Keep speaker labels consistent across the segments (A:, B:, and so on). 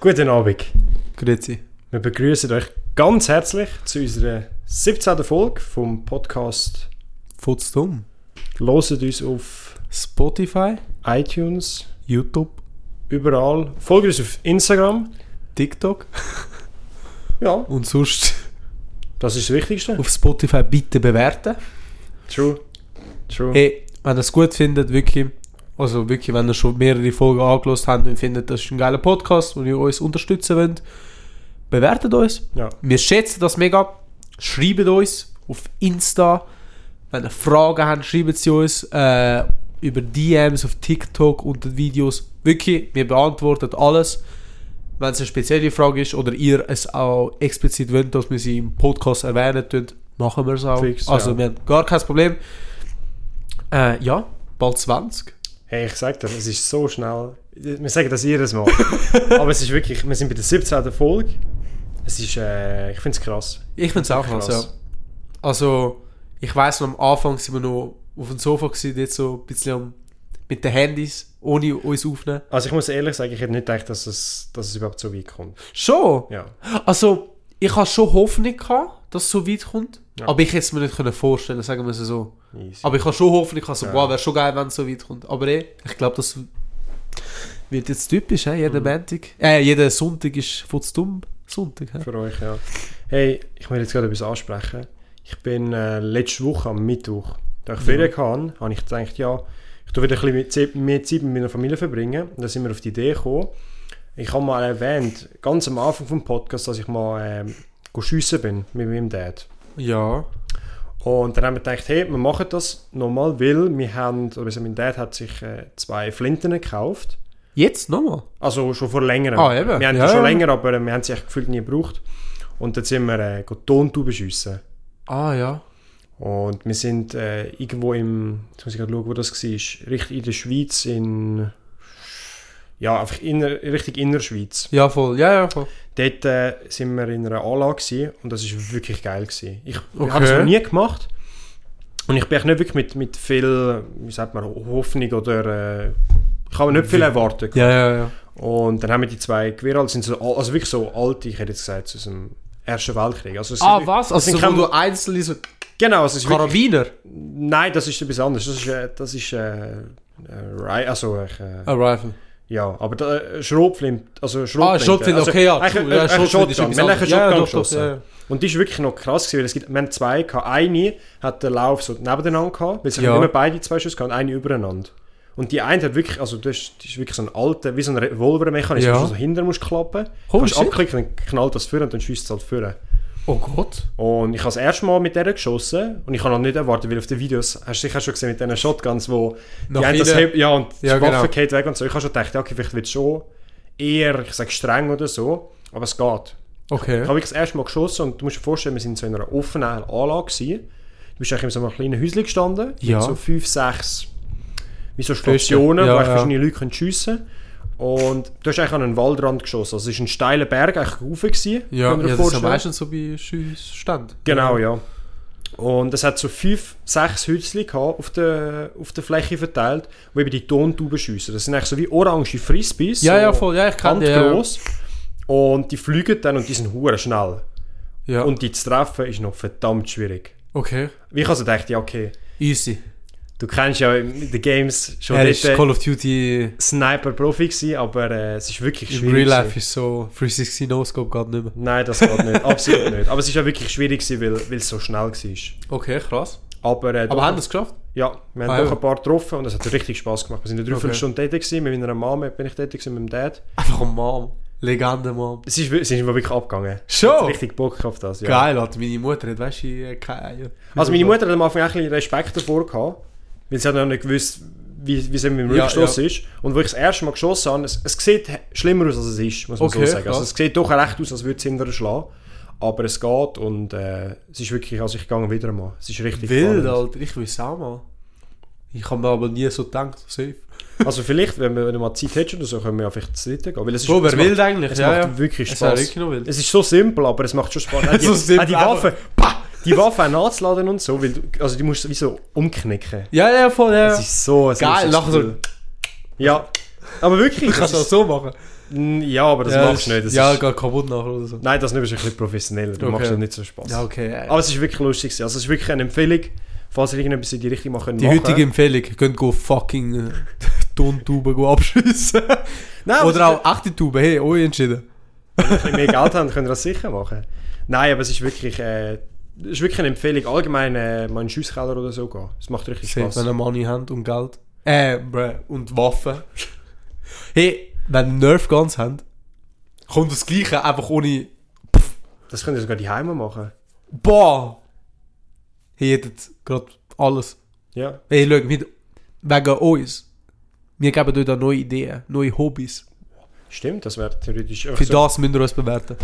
A: Guten Abend.
B: Grüezi.
A: Wir begrüßen euch ganz herzlich zu unserer 17. Folge vom Podcast.
B: Futztum.
A: Loset uns auf
B: um. Spotify,
A: iTunes,
B: YouTube,
A: überall. Folgt uns auf Instagram.
B: TikTok
A: Ja,
B: und sonst
A: das ist das Wichtigste.
B: auf Spotify bitte bewerten.
A: True. True.
B: Hey, wenn ihr es gut findet, wirklich, also wirklich, wenn ihr schon mehrere Folgen angelost habt und findet, das ist ein geiler Podcast und ihr uns unterstützen wollt, bewertet uns.
A: Ja.
B: Wir schätzen das mega. Schreibt uns auf Insta. Wenn ihr Fragen habt, schreibt sie uns äh, über DMs auf TikTok unter Videos. Wirklich, wir beantworten alles. Wenn es eine spezielle Frage ist oder ihr es auch explizit wollt, dass wir sie im Podcast erwähnen tun, machen wir es auch.
A: Fix,
B: also
A: ja.
B: wir haben gar kein Problem. Äh, ja, bald 20.
A: Hey, ich sag dir, es ist so schnell. Wir sagen das jedes Mal. Aber es ist wirklich, wir sind bei der 17. Folge. Es ist, äh, ich finde es krass.
B: Ich finde es auch
A: Krass.
B: krass. Ja. Also, ich weiß noch, am Anfang sind wir noch auf dem Sofa gewesen, jetzt so ein bisschen am, mit den Handys, ohne uns aufnehmen.
A: Also ich muss ehrlich sagen, ich hätte nicht gedacht, dass es, dass es überhaupt so weit kommt.
B: Schon!
A: Ja.
B: Also, ich habe schon Hoffnung gehabt, dass es so weit kommt,
A: Ja.
B: aber ich hätte es mir nicht können vorstellen, sagen wir es so.
A: Easy.
B: Aber ich habe schon Hoffnung gehabt, so,
A: Ja.
B: boah, wäre schon geil, wenn es so weit kommt. Aber eh, ich glaube, das wird jetzt typisch, eh? jeden Montag. Äh, jeden Sonntag ist Futzdumm Sonntag. hä?
A: Für euch, ja. Hey, ich will jetzt gerade etwas ansprechen. Ich bin äh, letzte Woche am Mittwoch, da ich Ferien hatte, habe ich gedacht, ja, ich tue wieder ein bisschen mehr Zeit- mehr Zeit mit meiner Familie verbringen. Und dann sind wir auf die Idee gekommen. Ich habe mal erwähnt, ganz am Anfang vom Podcast, dass ich mal ähm, schiessen bin mit meinem Dad.
B: Ja.
A: Und dann haben wir gedacht, hey, wir machen das nochmal, weil wir haben, oder also mein Dad hat sich äh, zwei Flinten gekauft.
B: Jetzt nochmal?
A: Also schon vor längerem.
B: Ah, eben.
A: Wir haben
B: Ja,
A: die schon
B: ja.
A: länger, aber wir haben sie echt gefühlt nie gebraucht. Und dann sind wir äh, go Tontuben schiessen.
B: Ah, ja.
A: Und wir sind äh, irgendwo im, jetzt muss ich gerade schauen, wo das war, richtig in der Schweiz, in, ja, einfach inner, richtig Innerschweiz.
B: Ja, voll. Ja, ja, voll.
A: Dort äh, sind wir in einer Anlage gewesen, und das ist wirklich geil. Gewesen. Ich
B: Okay.
A: habe es noch nie gemacht und ich bin echt nicht wirklich mit, mit viel, wie sagt man, Hoffnung oder, äh, ich habe nicht viel erwartet.
B: Ja, ja, ja.
A: Und dann haben wir die zwei Gewehre, also, sind so, al- also wirklich so alte, ich hätte jetzt gesagt, so aus dem Ersten Weltkrieg. Also, es
B: Ah,
A: sind-
B: was? Also,
A: sind
B: so, wo
A: kein-
B: du einzelne so
A: Genau, also es ist wirklich-
B: Karabiner.
A: Nein, das ist etwas anderes. Das ist, äh, das ist äh, äh, Ri- also äh,
B: A Ah, Rifle.
A: ja, aber da, äh, Schrotflint, also
B: Ah,
A: Schrotflinte.
B: Shotgun,
A: also,
B: okay, ja.
A: Eigentlich,
B: true.
A: ja, eigentlich
B: Shotgun
A: Shotgun.
B: ist etwas
A: Wir haben
B: anderes.
A: eigentlich Shotgun
B: Ja, ja, doch, doch,
A: geschossen.
B: ja, ja.
A: Und die ist wirklich noch krass gewesen, weil es gibt, wir haben zwei gehabt. Eine hat den Lauf so nebeneinander gehabt, weil sie
B: Ja.
A: haben immer beide zwei Schüsse gehabt und eine übereinander. Und die eine hat wirklich, also das ist, das ist wirklich so ein alter, wie so ein Revolvermechanismus,
B: Ja.
A: wo du so hinten musst klappen.
B: Oh,
A: kannst
B: shit.
A: abklicken, dann knallt das vor und dann schießt es halt vor.
B: Oh Gott.
A: Und ich habe das erste Mal mit der geschossen und ich habe noch nicht erwartet, weil auf den Videos hast du sicher schon gesehen mit diesen Shotguns, wo
B: Nach
A: die einen das
B: hinten.
A: Heb, ja und
B: Ja,
A: die Waffe
B: genau.
A: geht weg und so. Ich habe schon gedacht, ja, okay, vielleicht wird es schon eher, ich sage streng oder so, aber es geht. Ich
B: Okay.
A: habe wirklich das erste Mal geschossen und du musst dir vorstellen, wir sind in so einer offenen Anlage gewesen. Du bist eigentlich in so einem kleinen Häuschen gestanden,
B: Ja.
A: mit so fünf, sechs wie so
B: Flüsse.
A: Stationen,
B: Ja,
A: wo eigentlich
B: ja.
A: verschiedene Leute können schiessen Und du hast eigentlich an einen Waldrand geschossen. Also es war ein steiler Berg, eigentlich rauf gewesen,
B: Ja, ja
A: kann man dir
B: das ist ja
A: vorstellen.
B: meistens so bei Schussstand.
A: Genau, ja. Und es hat so fünf, sechs Hütschen gehabt auf der, auf der Fläche verteilt, wo eben die Tontuben schiessen. Das sind eigentlich so wie orange Frisbees.
B: Ja,
A: so
B: ja, voll. Ja, ich kann die. Ja.
A: handgross. Und die fliegen dann und die sind hure schnell.
B: ja.
A: Und die zu treffen ist noch verdammt schwierig.
B: Okay.
A: Wie ich also dachte, ja, okay,
B: Easy.
A: du kennst ja in den Games schon
B: Er ist
A: dort
B: Call of Duty
A: Sniper-Profi gewesen, aber äh, es ist wirklich
B: im
A: schwierig.
B: Real
A: gewesen.
B: Life ist so 360 No-Scope gerade nicht mehr.
A: Nein, das geht nicht, absolut nicht. Aber es ist ja wirklich schwierig gewesen, weil weil es so schnell war.
B: Okay, krass.
A: Aber, äh,
B: Aber
A: doch-
B: haben wir es geschafft?
A: Ja, wir haben
B: Ah,
A: doch
B: ja.
A: ein paar getroffen und es hat richtig Spass gemacht. Wir sind eine Dreiviertelstunde tätig gewesen, mit meiner Mama bin ich tätig gewesen, mit meinem Dad.
B: Einfach ein Mom. Legende, Mom.
A: Es ist, wir- es ist mir wirklich abgegangen.
B: Schon?
A: Ich hatte richtig Bock gehabt auf das, ja.
B: Oh. Geil, Alter. Meine Mutter hat, weißt du, äh, keine Eier.
A: Also meine Mutter hat am Anfang auch ein bisschen Respekt davor gehabt, weil sie hat noch nicht gewusst, wie, wie es eben mit dem
B: Ja,
A: Rückstoß ist. Und wo ich das erste Mal geschossen habe, es, es sieht he- schlimmer aus, als es ist, muss man
B: Okay,
A: so sagen. Also
B: krass.
A: es sieht doch recht aus, als würde es hinterher schlagen. Aber es geht und äh, es ist wirklich, also ich gehe wieder mal. Es ist richtig
B: Wild,
A: spannend.
B: Alter. Ich will es auch mal. Ich habe mir aber nie so gedacht. Safe.
A: Also vielleicht, wenn wir, wenn wir mal Zeit hätten oder so, können wir ja vielleicht zu dritten gehen. Weil es ist,
B: So,
A: es
B: wer
A: macht-
B: wild eigentlich?
A: Es
B: Ja,
A: macht
B: ja.
A: wirklich
B: Es wäre
A: Spaß.
B: wirklich noch wild.
A: Es ist so simpel, aber es macht schon Spaß. Auch die,
B: So simpel
A: auch die
B: einfach.
A: Waffe, pah, die Waffe auch anzuladen und so, weil du, also die musst du wie so umknicken.
B: Ja, ja, voll, ja.
A: Es ist so ein
B: Geil,
A: lustiges
B: nachher so-
A: Gefühl. Ja, aber wirklich.
B: Du kannst
A: es
B: auch
A: ist,
B: so machen.
A: Mm, Ja, aber das
B: ja,
A: machst du nicht. Das
B: ja,
A: ist,
B: geht kaputt nachher oder so.
A: nein, das nimmst du ein bisschen professioneller. Du
B: Okay.
A: machst das nicht so Spaß.
B: Ja, okay. Ja, ja.
A: Aber es ist wirklich lustig. gewesen. Also es ist wirklich eine Empfehlung, falls ihr irgendetwas in die Richtung machen könnt.
B: die heutige Empfehlung, könnt go fucking äh, Tontube go abschiessen.
A: Nein,
B: Oder
A: Oder auch.
B: auch achte Tube, hey, euch entschieden.
A: Wenn ihr ein bisschen mehr Geld habt, könnt ihr das sicher machen. Nein, aber es ist wirklich, äh, es ist wirklich eine Empfehlung. Allgemein äh, mal in den Schiesskeller oder so gehen. Es macht richtig
B: Safe,
A: Spaß.
B: wenn ihr Money habt und Geld. Äh, bruh, und Waffen. hey, wenn ihr Nerf Guns habt, kommt das Gleiche, einfach ohne...
A: Das könnt ihr sogar die Heime machen.
B: Boah! Hey, ihr hättet gerade alles.
A: Ja.
B: Hey, schau, wir, wegen uns. Wir geben euch da neue Ideen, neue Hobbys.
A: Stimmt, das wäre theoretisch also, auch
B: Für
A: so.
B: das müsst ihr uns bewerten.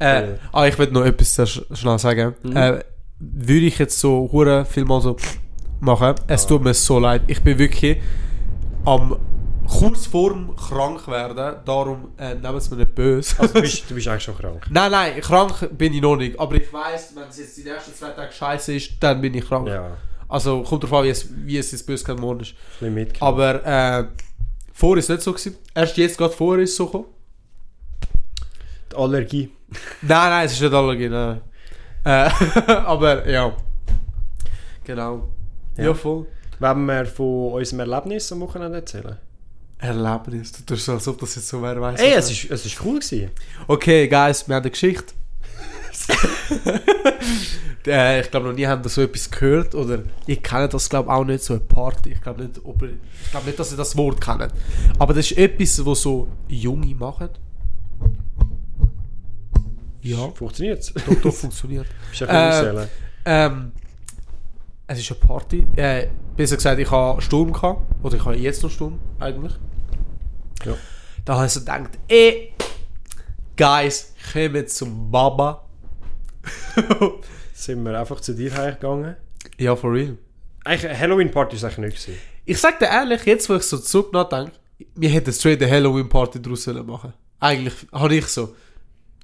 B: Äh,
A: Äh.
B: ah, ich will noch etwas sehr sch- schnell sagen.
A: Mhm.
B: Äh, würde ich jetzt so hure viel mal so machen. Es tut mir so leid. Ich bin wirklich am kurz vorm krank werden. Darum äh, nehmen es mir nicht böse.
A: Also, du, bist, du bist eigentlich schon krank.
B: nein, nein, krank bin ich noch nicht. Aber ich weiß, wenn es jetzt die ersten zwei Tage scheiße ist, dann bin ich krank.
A: Ja, ein
B: Also kommt drauf an, wie es, wie es jetzt böse geworden ist.
A: bisschen mitgenommen.
B: Aber äh, vor ist nicht so gewesen. Erst jetzt gerade vor ist es so gekommen.
A: Die Allergie.
B: Nein, nein, es ist nicht Allergie, nein. Äh, aber ja. Genau. Ja,
A: Ja.
B: voll.
A: Wollen wir von unserem Erlebnis am Wochenende erzählen?
B: Erlebnis. Du tust so, als ob das jetzt so wäre, weißt
A: Ey, es ist, es ist cool gewesen.
B: Okay, guys, wir haben eine Geschichte. äh, ich glaube, noch nie haben wir so etwas gehört. Oder ich kenne das, glaube auch nicht, so eine Party. Ich glaube nicht, ob ihr- ich glaub nicht, dass ihr das Wort kennt. Aber das ist etwas, was so Junge machen.
A: Oh.
B: Ja,
A: Funktioniert es?
B: doch, doch, funktioniert.
A: Bist du
B: Äh,
A: ein bisschen äh,
B: Ähm, es ist eine Party. Äh, besser gesagt, ich habe Sturm gehabt. Oder ich habe jetzt noch Sturm, eigentlich.
A: Ja.
B: Da habe ich so gedacht, ey, Guys, kommen zum Baba.
A: Sind wir einfach zu dir hergegangen?
B: ja, for real.
A: Eigentlich, eine Halloween-Party war es eigentlich nicht. Gewesen.
B: Ich sag dir ehrlich, jetzt wo ich so zurück nachdenke, wir hätten straight eine Halloween-Party draus sollen machen Eigentlich habe ich so.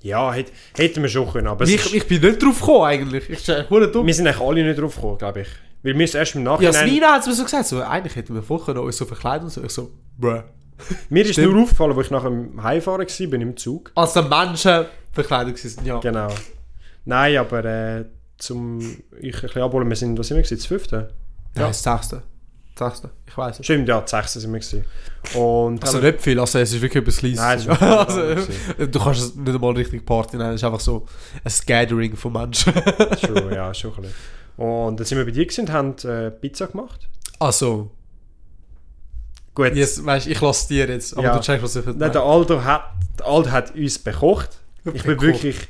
A: Ja, hätte, hätten wir schon können, aber es
B: Ich,
A: ist,
B: ich bin nicht drauf gekommen, eigentlich. Ich bin hure dumm.
A: wir sind eigentlich alle nicht drauf gekommen, glaube ich. Weil wir es erst im
B: Ja,
A: Nachhinein...
B: Slina hat es mir so gesagt, so, eigentlich hätten wir vorher noch uns so verkleiden und so. Ich so, bruh.
A: mir ist
B: Stimmt.
A: nur aufgefallen, als ich nachher im Heimfahren war, bin im Zug.
B: Als dann Also Menschen verkleidet waren, ja.
A: Genau. Nein, aber äh, zum ich ein bisschen abholen, wir sind, was sind wir gewesen? Das fünfte?
B: Ja. Nein, das sechste. Das sechste, ich weiß nicht.
A: Stimmt, ja, das sechste sind wir gewesen. Und
B: Also nicht viel, also es ist wirklich etwas Kleines.
A: Nein, es ist
B: also,
A: wirklich
B: du kannst es nicht einmal richtig Party nennen, es ist einfach so ein Gathering von Menschen.
A: True, ja, schon ein bisschen. Und dann sind wir bei dir gewesen und haben äh, Pizza gemacht.
B: Also,
A: Gut.
B: jetzt, weißt, ich lasse dir jetzt, aber
A: Ja.
B: du checkst, was ich
A: Nein, der Aldo hat, der Aldo hat uns bekocht. Ich bin
B: Bekocht.
A: wirklich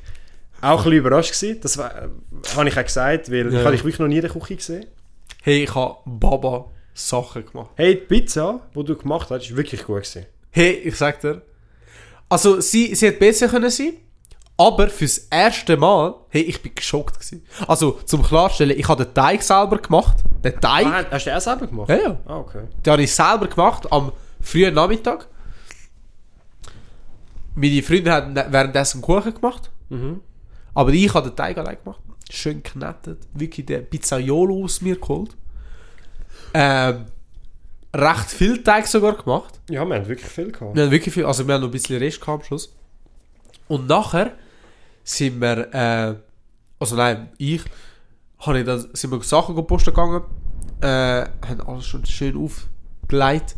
A: auch ein bisschen überrascht gewesen. Das war, äh, habe ich auch gesagt, weil
B: Ja.
A: ich habe dich wirklich noch nie in der Küche gesehen.
B: Hey, ich habe Baba Sachen gemacht.
A: Hey, die Pizza, die du gemacht hast, ist wirklich gut gewesen.
B: Hey, ich sag dir. Also, sie, sie hätte besser können sein, aber fürs erste Mal, hey, ich bin geschockt gewesen. Also, zum Klarstellen, ich habe den Teig selber gemacht. Den Teig.
A: Ah, hast du den auch selber gemacht?
B: Ja, ja.
A: Ah, okay.
B: Die habe ich selber gemacht am frühen Nachmittag. Meine Freunde haben ne- währenddessen Kuchen gemacht.
A: Mhm.
B: Aber ich habe den Teig allein gemacht. Schön geknettet. Wirklich den Pizzaiolo aus mir geholt. Ähm, recht viel Teig sogar gemacht.
A: Ja, wir haben wirklich viel gehabt.
B: Wir haben wirklich viel, also wir haben noch ein bisschen Rest gehabt am Schluss. Und nachher sind wir, äh, also nein, ich, habe ich dann, sind wir Sachen gepostet gegangen, äh, haben alles schon schön aufgelegt.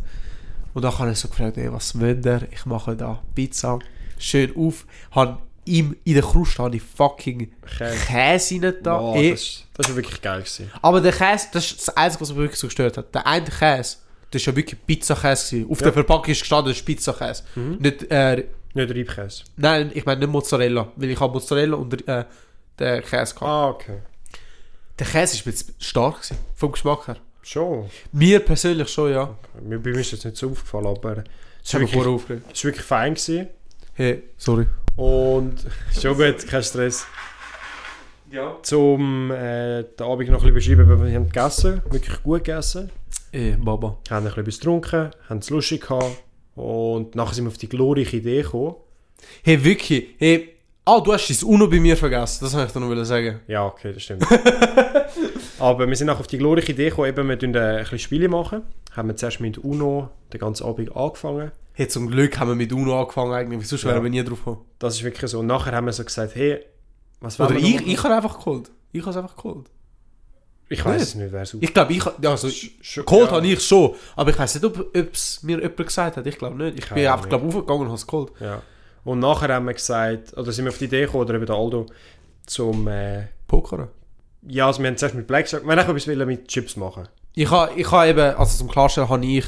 B: Und dann habe ich so gefragt, ey, was wollt ihr? Ich mache da Pizza schön auf. Habe ihm in der Kruste habe ich fucking
A: Käse.
B: Käse rein da. eh-
A: Boah,
B: Ey,
A: das, das war wirklich geil. Gewesen.
B: aber der Käse, das ist das Einzige, was mich wirklich so gestört hat. Der eine Käse, das war ja wirklich Pizzakäse. gewesen. Auf der Verpackung ist gestanden, das ist Pizzakäse.
A: Mhm.
B: Nicht, äh,
A: Nicht Reibkäse.
B: nein, ich meine nicht Mozzarella, weil ich habe Mozzarella und äh, den Käse gehabt.
A: Ah, okay.
B: Der Käse war jetzt stark, gewesen, vom Geschmack her.
A: Schon.
B: Mir persönlich schon, ja.
A: Mir, bei mir ist das nicht so aufgefallen, aber es war
B: Das habe ich
A: wirklich,
B: vorher aufgeregt.
A: es war wirklich fein. Gewesen.
B: Hey, sorry.
A: Und schon gut, kein Stress.
B: Ja.
A: Zum äh, den Abend noch ein bisschen beschreiben, wir haben gegessen, wirklich gut gegessen,
B: Ey, Baba.
A: haben ein bisschen etwas getrunken, haben es lustig gehabt und nachher sind wir auf die glorreiche Idee gekommen.
B: Hey, wirklich. Hey, ah, du hast dein Uno bei mir vergessen. Das wollte ich dir noch sagen.
A: Ja, okay, das stimmt. Aber wir sind nachher auf die äh, glorreiche Idee gekommen, eben, wir machen ein bisschen Spiele machen. Haben wir zuerst mit Uno den ganzen Abend angefangen.
B: Hey, zum Glück haben wir mit UNO angefangen eigentlich, wieso
A: Ja.
B: wären wir nie drauf gekommen.
A: Das ist wirklich so. Und nachher haben wir so gesagt, hey, was
B: Oder
A: wollen wir
B: ich,
A: noch?
B: ich habe einfach geholt. Ich habe es einfach geholt.
A: Ich weiß es nicht, wer es
B: Ich glaube, ich ha- ja, also,
A: Sch-
B: geholt
A: ja.
B: habe ich schon, aber ich weiß nicht, ob es mir jemand gesagt hat. Ich glaube nicht. Ich,
A: Ich
B: bin
A: auch
B: einfach glaub, aufgegangen und habe es geholt.
A: Ja. Und nachher haben wir gesagt, oder sind wir auf die Idee gekommen, oder eben der Aldo, zum, äh,
B: Pokern.
A: ja, also wir haben zuerst mit Blackjack, wir haben auch etwas wollen mit Chips machen.
B: Ich habe ich ha eben, also zum Klarstellen habe ich,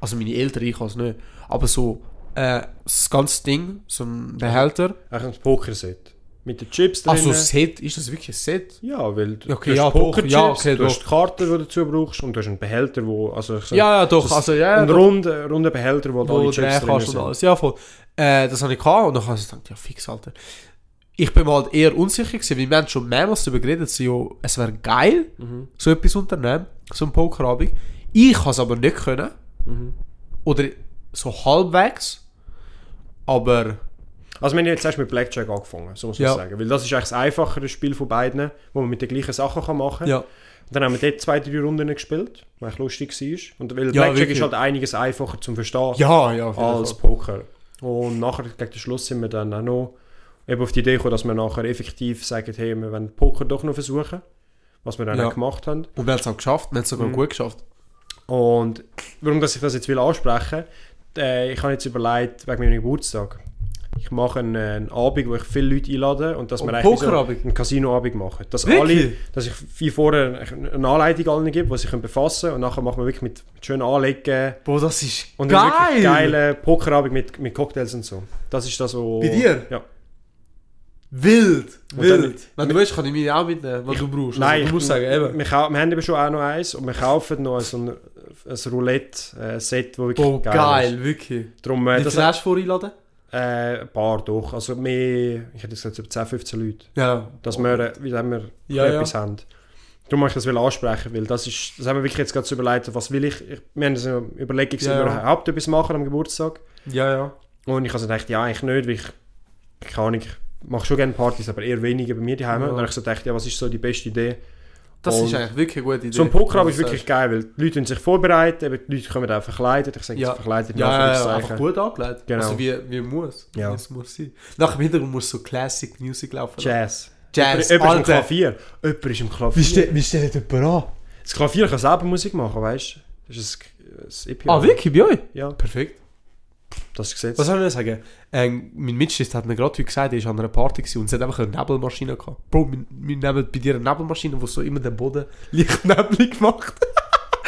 B: also meine Eltern, ich habe es nicht, aber so äh, das ganze Ding, so ein Behälter.
A: Eigentlich ein Pokerset. Mit den Chips drin.
B: Also Set, ist das wirklich ein Set?
A: ja, weil du,
B: Okay,
A: du
B: ja,
A: hast
B: doch,
A: Pokerchips,
B: ja, okay,
A: du hast
B: doch.
A: die Karten, die du dazu brauchst, und du hast einen Behälter, wo, also so
B: ja, ja, doch.
A: so
B: Also, ja,
A: ein
B: doch,
A: runder, runder Behälter, wo,
B: wo
A: alle
B: du
A: Chips
B: drehen
A: drin
B: kannst
A: sind.
B: und alles. Ja, voll. Äh, das habe ich gehabt und dann habe ich gedacht, ja fix, Alter. Ich bin mir halt eher unsicher gewesen, weil wir haben schon mehrmals darüber geredet, so, ja, es wäre geil,
A: Mhm.
B: so etwas unternehmen, so ein Pokerabend. Ich habe es aber nicht können.
A: Mhm.
B: Oder so halbwegs. Aber...
A: Also wir haben jetzt erst mit Blackjack angefangen, so muss man
B: Ja.
A: sagen. Weil das ist eigentlich das einfachere Spiel von beiden, wo man mit den gleichen Sachen kann machen kann.
B: Ja.
A: Dann haben wir dort zwei, drei Runden gespielt, weil es lustig war. Und weil
B: Ja,
A: Blackjack
B: wirklich.
A: ist halt einiges einfacher zum Verstehen
B: Ja, ja, auf jeden
A: als
B: Fall.
A: Poker. Und nachher, gegen den Schluss, sind wir dann auch noch eben auf die Idee gekommen, dass wir nachher effektiv sagen, hey, wir wollen Poker doch noch versuchen. Was wir dann
B: Ja.
A: auch gemacht haben.
B: Und wir haben es auch geschafft, wir haben es
A: Mhm.
B: sogar gut geschafft.
A: Und warum dass ich das jetzt will ansprechen äh, ich habe jetzt überlegt, wegen meinem Geburtstag. Ich mache einen, äh, einen Abend, wo ich viele Leute einlade und dass
B: Oh,
A: wir eigentlich so
B: Pokerabend?
A: einen Casinoabend machen. Dass,
B: Wirklich?
A: alle, dass ich wie vorher eine Anleitung allen gebe, die sie können befassen können und nachher machen wir wirklich mit, mit schönen Anlegen
B: Boah, das ist
A: und
B: geil!
A: einen wirklich geilen Pokerabend mit, mit Cocktails und so. Das ist das, wo...
B: Bei dir?
A: Ja.
B: Wild!
A: Und
B: Wild! Wenn du willst, kann ich mich auch mitnehmen, was du brauchst.
A: Nein,
B: also,
A: ich-
B: du musst sagen, eben.
A: Wir, kau- wir haben eben schon auch noch eins und wir kaufen noch so ein, ein Roulette-Set, das wirklich
B: Boah,
A: geil,
B: Oh, geil,
A: ist.
B: wirklich.
A: Darum, äh,
B: Wie
A: das
B: viel hast du voreinladen?
A: Äh, ein paar doch. Also mehr, ich hätte gesagt, so 10, 15 Leute.
B: Ja.
A: Dass wir, äh, wie sagen wir
B: Oh. Ja, ja.
A: etwas haben. Darum wollte ich das will ansprechen, weil das ist, das haben wir wirklich jetzt gerade so überlegt, was will ich. ich wir haben so eine Überlegung,
B: Ja,
A: ja,
B: ja.
A: überhaupt etwas machen am Geburtstag.
B: Ja, ja.
A: Und ich habe so gedacht, ja, eigentlich nicht, weil ich, keine Ahnung, ich mache schon gerne Partys, aber eher weniger bei mir daheim.
B: Ja.
A: Und dann habe ich so gedacht, ja, was ist so die beste Idee?
B: Das
A: Und
B: ist eigentlich wirklich eine gute Idee.
A: So ein Pokerabend ist
B: Also,
A: wirklich geil, weil die Leute können sich vorbereiten, eben die Leute kommen auch verkleidet. Ich sage
B: Ja.
A: jetzt verkleidet, in
B: Ja, ja, ja,
A: Anführungszeichen.
B: einfach gut angelegt.
A: Genau.
B: Also wie, wie muss.
A: Ja.
B: Wie es muss sein. Nach dem Hintergrund muss so Classic Music laufen.
A: Jazz. Jemand, jemand
B: Jazz,
A: ist am
B: Alter.
A: Klavier. Jemand ist am Klavier.
B: stellt jemand an?
A: Das Klavier kann selber Musik machen, weißt du? Das ist ein, ein EP.
B: Ah, wirklich? Bei euch?
A: Ja,
B: Perfekt.
A: das Gesetz.
B: Was soll ich noch sagen? Ähm, mein Mitschrift hat mir gerade heute gesagt, er war an einer Party gewesen und es hat einfach eine Nebelmaschine gehabt. Bro, wir, wir nehmen bei dir eine Nebelmaschine, die so immer den Boden leicht neblig macht.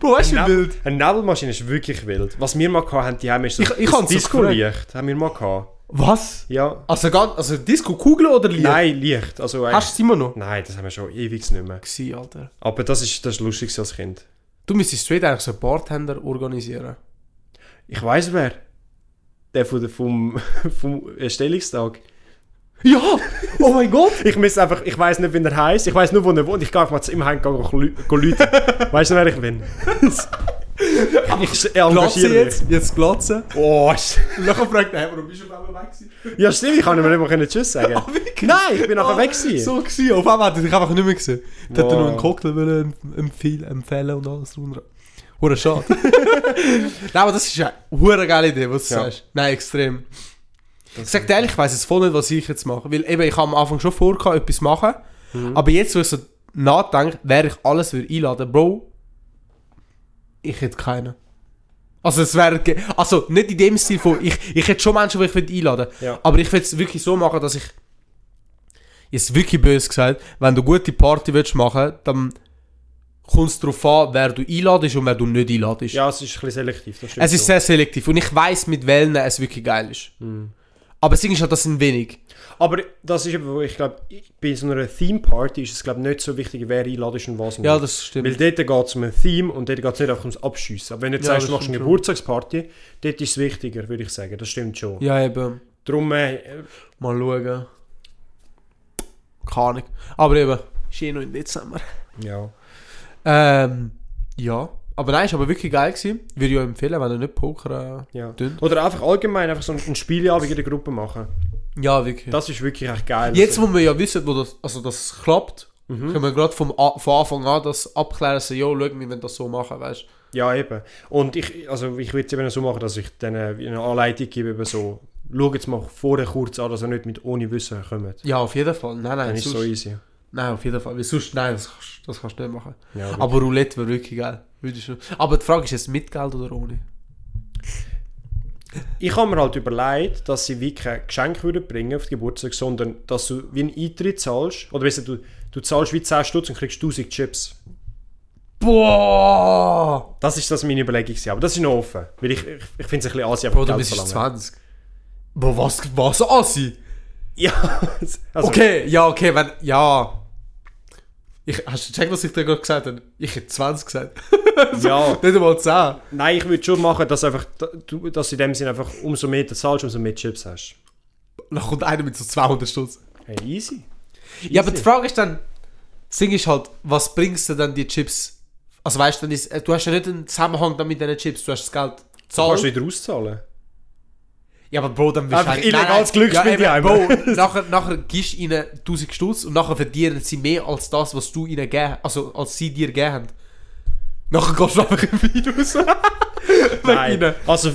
B: Bro, weißt du, wie
A: Neb-
B: wild?
A: Eine Nebelmaschine ist wirklich wild. Was wir mal hatten, haben die haben ist so
B: Ich- ich hab's
A: Disco-Licht. Haben wir mal gehabt.
B: Was?
A: Ja.
B: Also, ganz, also Disco, Kugel oder Lied?
A: Nein, Licht. Also
B: Hast du
A: eigentlich,
B: es immer noch?
A: Nein, das haben wir schon ewig nicht mehr.
B: Gewesen, Alter.
A: Aber das ist, das ist lustig gewesen als Kind.
B: Du müsstest straight eigentlich so einen Bartender organisieren.
A: Ich weiß wer. Der von der, vom, vom Erstellungstag.
B: Ja! Oh mein Gott!
A: Ich miss einfach, ich weiß nicht, wie er heißt. Ich weiß nur, wo er wohnt. Ich gehe einfach mal zu ihm heim und Leute. weißt du, wer ich bin? ich
B: Glatze
A: engagiere mich.
B: jetzt, jetzt Glatze.
A: Oh, ist-
B: Und nachher fragt er, hey, warum bist du auf einmal weg gewesen?
A: Ja, stimmt, ich kann ihm nicht mal Tschüss sagen.
B: Ah, wirklich?
A: Nein, ich bin nachher weg gewesen.
B: So gewesen, auf einmal hat er dich einfach nicht mehr gesehen. Wow. Hat er
A: Wow.
B: noch einen Cocktail wollen emp- empfehlen, empfehlen und alles drunter. Hure schade. Nein, aber das ist eine hure geile Idee, was du
A: Ja.
B: sagst. Nein, extrem. Ich sag dir ehrlich, ich weiss jetzt voll nicht, was ich jetzt mache. Weil eben, ich habe am Anfang schon vor, gehabt, etwas machen.
A: Mhm.
B: Aber jetzt, wo ich so nachdenke, wäre ich alles würde einladen, Bro, ich hätte keinen. Also es wäre, ge- also nicht in dem Stil von, ich, ich hätte schon Menschen, die ich würde einladen
A: Ja.
B: aber ich würde es wirklich so machen, dass ich, jetzt wirklich böse gesagt, wenn du eine gute Party willst machen, dann kommt es darauf an, wer du einladest und wer du nicht einladest.
A: Ja, es ist ein bisschen selektiv, das stimmt.
B: es ist
A: schon.
B: sehr selektiv und ich weiß mit welchen es wirklich geil ist. Aber das Ding ist halt, das sind wenig.
A: Aber das ist eben, wo ich glaube, bei so einer Theme-Party ist es glaube nicht so wichtig, wer einladest und was nicht.
B: Ja, das
A: Weil
B: stimmt.
A: dort geht es um ein Theme und dort geht es nicht einfach ums Abschiessen. Aber wenn du jetzt
B: Ja,
A: sagst,
B: das
A: du machst eine
B: stimmt
A: Geburtstagsparty, dort ist es wichtiger, würde ich sagen. Das stimmt schon.
B: Ja, eben.
A: Darum, äh,
B: Mal schauen. Keine Ahnung. Aber eben, ist eh noch im Dezember.
A: ja.
B: Ähm, ja. Aber nein, ist aber wirklich geil gewesen. Würde ich euch empfehlen, wenn ihr nicht Poker... Äh,
A: ja.
B: Dünn.
A: Oder einfach allgemein einfach so ein ein Spielabend in der Gruppe machen.
B: ja, wirklich.
A: Das ist wirklich echt geil.
B: Jetzt,
A: Also,
B: wo wir ja wissen, wo das, also, dass Mhm. es klappt, können wir gerade vom A- von Anfang an das abklären, so, jo, schau, wir wollen das so machen, weißt du.
A: Ja, eben. Und ich, also ich würde es eben so machen, dass ich denen wie eine Anleitung gebe, eben so, schau jetzt mal vorher kurz an, dass ihr nicht mit ohne Wissen kommt.
B: Ja, auf jeden Fall. Nein,
A: Dann
B: nein,
A: ist es so
B: sonst,
A: easy.
B: nein auf jeden Fall. Weil sonst, nein, das, kannst- das kannst du nicht machen.
A: Ja, aber
B: Aber Roulette wäre wirklich geil. Würdest du- Aber die Frage ist jetzt mit Geld oder ohne?
A: ich habe mir halt überlegt, dass sie wie kein Geschenk würden bringen auf den Geburtstag, sondern dass du wie einen Eintritt zahlst. Oder weißt du, du, du zahlst wie 10 Stutz und kriegst 1000 Chips.
B: Boah!
A: Das ist das meine Überlegung. gewesen. Aber das ist noch offen. Weil ich, ich, ich finde es ein bisschen assi, einfach
B: Bro, du
A: Geld
B: bist jetzt
A: verlangen.
B: 20. Bro, was, was, Assi?
A: Ja, also,
B: Okay, ja, okay, wenn, ja. Ich, hast du gecheckt, was ich dir gerade gesagt habe? Ich hätte 20 gesagt.
A: ja.
B: Nicht einmal 10.
A: Nein, ich würde schon machen, dass einfach, du- dass in dem Sinn einfach umso mehr du zahlst, umso mehr Chips hast.
B: Dann kommt einer mit so 200 Stutz.
A: Hey, easy.
B: Ja, aber die Frage ist dann, das Ding ist halt, was bringst du dann die Chips? Also weißt du, dann ist, du hast ja nicht einen Zusammenhang dann mit diesen Chips, du hast das Geld
A: Du kannst
B: gezahlt.
A: wieder auszahlen.
B: Ja, aber Bro, dann halt- bist
A: Einfach illegales Glücksspiel
B: eben,
A: daheim.
B: Bro, nachher, nachher gibst du ihnen 1000 Stutz und nachher verdienen sie mehr als das, was du ihnen gegeben also als sie dir gegeben haben. Nachher gehst du einfach im Virus.
A: Nein. Also,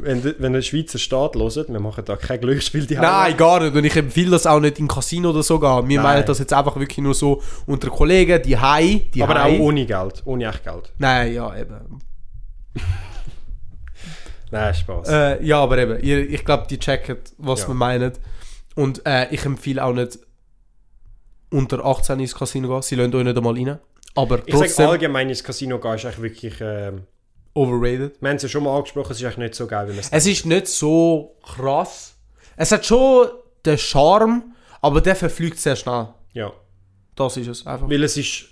A: wenn, de- wenn der Schweizer Staat hört, wir machen da kein Glücksspiel die
B: Nein, gar nicht. Und ich empfehle das auch nicht in Casino oder so gehen. Wir
A: Nein.
B: meinen das jetzt einfach wirklich nur so unter Kollegen, die Hai, die
A: Aber
B: Hai.
A: auch ohne Geld, ohne echt Geld.
B: Nein, ja, eben.
A: Nein, Spaß.
B: Äh, ja, aber eben, ihr, ich glaube, die checken, was
A: Ja.
B: wir meinen. Und äh, ich empfehle auch nicht unter 18 ins Casino gehen. Sie lassen euch nicht einmal rein. Aber
A: ich sage
B: trotzdem
A: allgemein, ins Casino gehen ist eigentlich wirklich. ähm,
B: overrated.
A: wir haben es ja schon mal angesprochen, es ist eigentlich nicht so geil, wie man es.
B: Es ist nicht so krass. Es hat schon den Charme, aber der verfliegt sehr schnell.
A: Ja.
B: Das ist es einfach.
A: Weil es ist.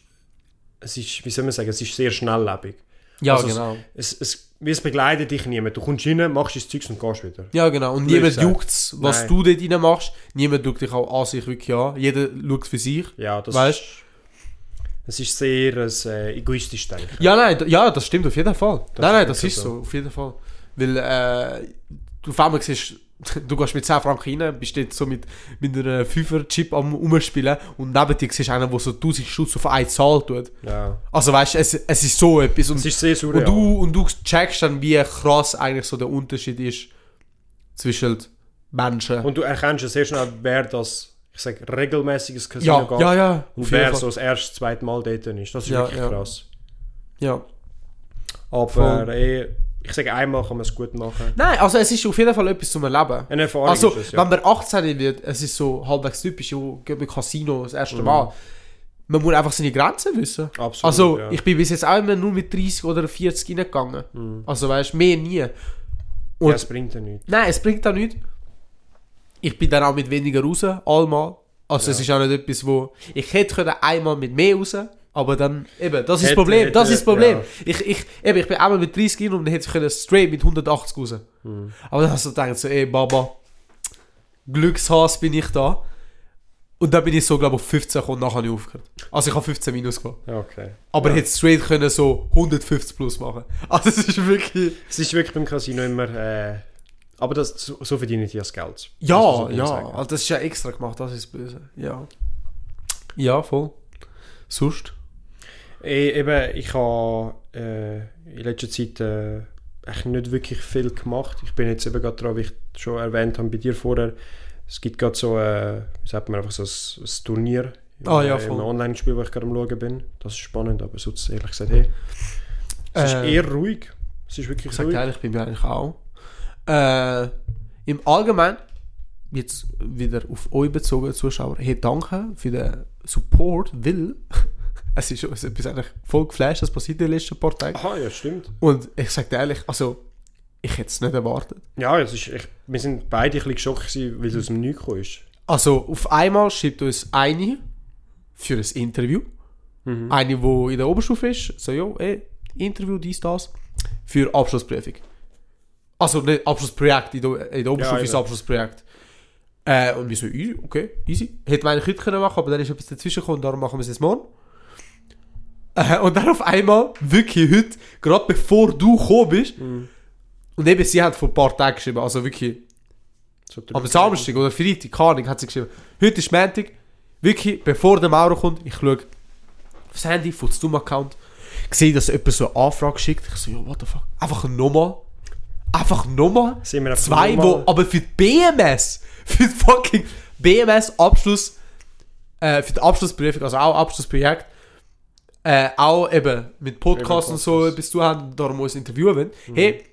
A: Es ist, wie soll man sagen, es ist sehr schnelllebig.
B: Ja,
A: also es-
B: genau.
A: Es, es, wie es begleitet dich niemand. Du kommst rein, machst dein Zeugs und gehst wieder.
B: Ja, genau. Und
A: Blöd
B: niemand
A: gesagt.
B: juckt es, was
A: Nein.
B: du dort rein machst. Niemand schaut dich auch an sich wirklich an. Jeder schaut für sich.
A: Ja, das
B: Weißt?
A: ist. Es ist sehr ein, äh, egoistisch denken.
B: Ja, nein, d- ja, das stimmt auf jeden Fall. nein, nein, das
A: wirklich
B: ist
A: so.
B: so. auf jeden Fall. Weil äh, du auf einmal siehst, du gehst mit 10 Franken rein, bist dort so mit, mit einer 5er-Chip am rumspielen und neben dir siehst du einen, der so 1000 Schutz auf eine Zahl tut.
A: Ja.
B: Also weißt du, es, es ist so etwas. Und,
A: Es ist sehr surreal.
B: und, du, und du checkst dann, wie krass eigentlich so der Unterschied ist zwischen Menschen.
A: Und du erkennst ja sehr schnell, wer das, ich sag, regelmäßiges Casino
B: ja,
A: geht.
B: ja, ja,
A: Und
B: auf
A: wer
B: jeden Fall.
A: so das erste, zweite Mal dort ist. Das ist
B: Ja,
A: wirklich
B: ja.
A: krass.
B: ja.
A: Aber
B: Voll.
A: eh, ich sage, einmal kann man es gut machen.
B: Nein, also es ist auf jeden Fall etwas zum Erleben.
A: Eine Erfahrung
B: Also,
A: ist es, ja.
B: wenn man 18 wird, es ist so halbwegs typisch, jo, geht mit Casino das erste Mal. Man muss einfach seine Grenzen wissen.
A: Mhm. Absolut,
B: also,
A: ja.
B: ich bin bis jetzt auch immer nur mit 30 oder 40 reingegangen.
A: Mhm.
B: Also, weißt du, mehr nie.
A: Ja,
B: Und-
A: es bringt ja nichts.
B: Nein, es bringt auch nichts. Ich bin dann auch mit weniger raus, allemal. Also, es ist auch nicht etwas, wo... Ich hätte können einmal mit mehr raus, aber dann... Eben, das ist das
A: Hätte-
B: Problem, das
A: hätte-
B: ist das Problem.
A: ja.
B: Ich, ich, eben, ich bin einmal mit 30 rein und dann hätte ich können straight mit 180 raus.
A: Mhm.
B: Aber dann hast du gedacht, so, ey, Baba, Glückshass bin ich da. Und dann bin ich so, glaube ich, auf 15 gekommen und dann habe ich aufgehört. Also, ich habe 15 minus gemacht.
A: Ja, Okay.
B: Aber
A: ja.
B: ich hätte straight können so 150 plus machen. Also, es ist wirklich...
A: Es ist wirklich beim Casino immer. Äh, aber das, so, so verdienen die das Geld.
B: Ja,
A: Das muss man so
B: ja.
A: sagen.
B: Also das ist ja extra gemacht, das ist böse. Ja. Ja, voll. Sonst?
A: Eh, eben, ich habe äh, in letzter Zeit äh, echt nicht wirklich viel gemacht. Ich bin jetzt eben gerade dran, wie ich schon erwähnt habe bei dir vorher. Es gibt gerade so, äh, wie sagt man, einfach so ein, ein Turnier im,
B: Ah, ja,
A: äh, im
B: voll.
A: Online-Spiel, wo ich gerade am Schauen bin. Das ist spannend, aber sonst ehrlich gesagt, hey, es ist
B: Äh,
A: eher ruhig. Es ist wirklich
B: Ich sag
A: ruhig.
B: dir ehrlich, bei mir eigentlich auch. Äh, Im Allgemeinen, jetzt wieder auf euch bezogen, Zuschauer, hey, danke für den Support, weil es ist uns etwas eigentlich voll geflasht, das passiert in den letzten paar Tagen.
A: Aha, ja, stimmt.
B: Und ich sag dir ehrlich, also, ich hätte es nicht erwartet.
A: Ja, es ist, ich, wir sind beide ein bisschen geschockt gewesen, weil es aus dem Nichts gekommen ist.
B: Also, auf einmal schreibt uns eine für ein Interview. Eine, die in der Oberstufe ist. So, jo, ey, Interview, dies, das. Für Abschlussprüfung. Also, nicht Abschlussprojekt. In der, in der Oberstufe
A: eben.
B: ist Abschlussprojekt. Äh, und wir so, easy, okay, easy. Hätte man eigentlich heute können machen aber dann ist etwas dazwischen gekommen, darum machen wir es jetzt morgen. Äh, und dann auf einmal, wirklich heute, gerade bevor du gekommen bist, und eben, sie hat vor ein paar Tagen geschrieben, also wirklich
A: So
B: am Samstag oder Freitag, keine Ahnung, hat sie geschrieben, heute ist Montag, wirklich, bevor der Maurer kommt, ich schaue aufs Handy, von dem account gesehen, dass jemand so eine Anfrage schickt. Ich so, ja, what the fuck? Einfach nochmal. Einfach nochmal.
A: Sind wir einfach
B: Zwei,
A: nochmal-
B: wo, aber für die BMS, für die fucking BMS-Abschluss, äh, für die Abschlussprüfung, also auch Abschlussprojekt, äh, auch eben mit Podcasts
A: Eben
B: und so
A: Podcasts. Mhm.
B: etwas zu haben, darum uns interviewen wollen. Hey,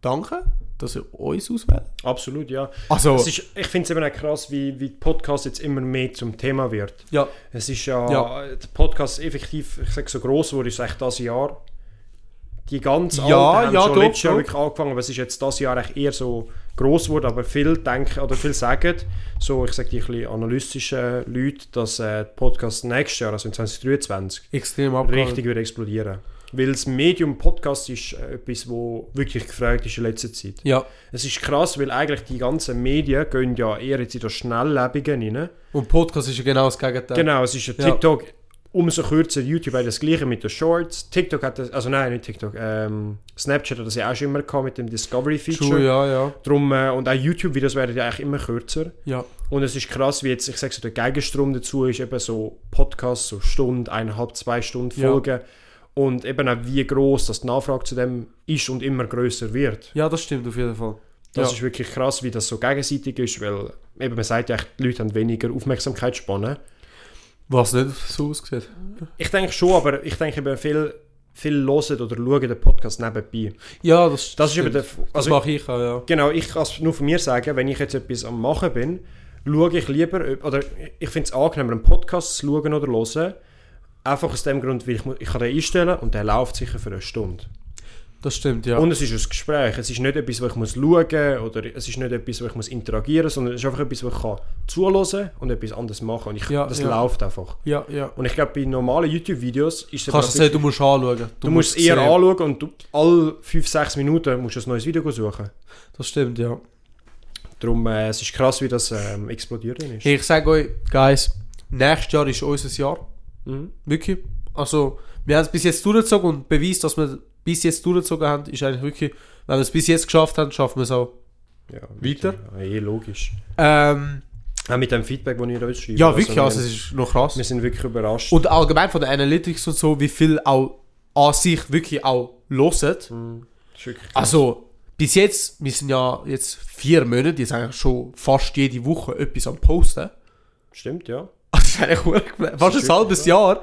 B: danke, dass ihr uns auswählt.
A: Absolut, ja.
B: Also,
A: Es ist, ich finde es eben auch krass, wie, wie Podcast jetzt immer mehr zum Thema wird.
B: ja,
A: Es ist ja,
B: Ja.
A: der Podcast ist effektiv, ich sage so gross wurde, ist eigentlich das Jahr. Die ganz
B: Ja,
A: alten haben
B: ja,
A: schon
B: doch,
A: letztes Jahr
B: doch.
A: wirklich angefangen, aber es ist jetzt das Jahr eigentlich eher so gross geworden, aber viel denken oder viel sagen, so ich sage die ein bisschen analytischen Leute, dass äh, der Podcast nächstes Jahr, also in 2023,
B: extrem abgegangen.
A: richtig wird explodieren. Weil das Medium Podcast ist äh, etwas, wo wirklich gefragt ist in letzter Zeit.
B: Ja.
A: Es ist krass, weil eigentlich die ganzen Medien gehen ja eher jetzt in das Schnelllebigen rein.
B: Und Podcast ist ja genau das Gegenteil.
A: Genau, es ist ja
B: Ja.
A: TikTok umso kürzer. YouTube hat das gleiche mit den Shorts. TikTok hat das, also nein, nicht TikTok, ähm, Snapchat hat das ja auch schon immer gehabt mit dem Discovery-Feature.
B: True, ja, ja.
A: Drum, äh, und auch YouTube-Videos werden ja eigentlich immer kürzer.
B: Ja,
A: Und es ist krass, wie jetzt, ich sage so, der Gegenstrom dazu ist eben so Podcasts, so Stunde, eineinhalb, zwei Stunden
B: Ja.
A: Folgen. Und eben auch wie gross das die Nachfrage zu dem ist und immer grösser wird.
B: ja das stimmt auf jeden Fall.
A: Das
B: ja.
A: ist wirklich krass, wie das so gegenseitig ist, weil eben man sagt ja, echt, die Leute haben weniger Aufmerksamkeitsspannen.
B: Was nicht so aussieht.
A: Ich denke schon, aber ich denke eben viel, viel hören oder schauen den Podcast nebenbei.
B: Ja, das,
A: Das ist eben
B: stimmt.
A: der...
B: Das
A: Also,
B: mache ich auch, ja.
A: genau, ich kann es nur von mir sagen, wenn ich jetzt etwas am Machen bin, schaue ich lieber, ob- oder ich finde es angenehmer, einen Podcast zu schauen oder hören, einfach aus dem Grund, weil ich, mu- ich kann den einstellen und der läuft sicher für eine Stunde.
B: Das stimmt, ja.
A: Und es ist ein Gespräch. Es ist nicht etwas, wo ich muss schauen muss oder es ist nicht etwas, wo ich muss interagieren muss, sondern es ist einfach etwas, wo ich kann zuhören und etwas anderes machen Und ich,
B: Ja,
A: das
B: ja.
A: läuft einfach.
B: ja, ja.
A: Und ich glaube, bei normalen YouTube-Videos ist es
B: Kannst du
A: aber
B: sehen, du musst anschauen. Du,
A: du musst es eher
B: sehen.
A: anschauen und du, alle 5-6 Minuten musst du ein neues Video suchen.
B: Das stimmt, ja.
A: Darum, äh, es ist krass, wie das ähm, explodiert ist.
B: Hey, ich sage euch, Guys, nächstes Jahr ist unser Jahr.
A: Mhm.
B: Wirklich. Also, wir haben es bis jetzt durchgezogen und Beweis, dass wir bis jetzt durchgezogen haben, ist eigentlich wirklich, wenn wir es bis jetzt geschafft haben, schaffen wir es auch.
A: Ja,
B: Weiter?
A: Ja, eh logisch.
B: Ähm,
A: Auch mit dem Feedback, das ihr uns schreibt.
B: ja, wirklich,
A: wir-
B: also, es ist noch krass.
A: wir sind wirklich überrascht.
B: Und allgemein von den Analytics und so, wie viel auch an sich wirklich auch hören.
A: Mhm. Das ist wirklich-
B: Also, bis jetzt, wir sind ja jetzt vier Monate, jetzt eigentlich schon fast jede Woche etwas am Posten.
A: Stimmt, ja.
B: Also, das ist eigentlich verdammt gemein. fast ein
A: wirklich
B: halbes
A: so.
B: Jahr.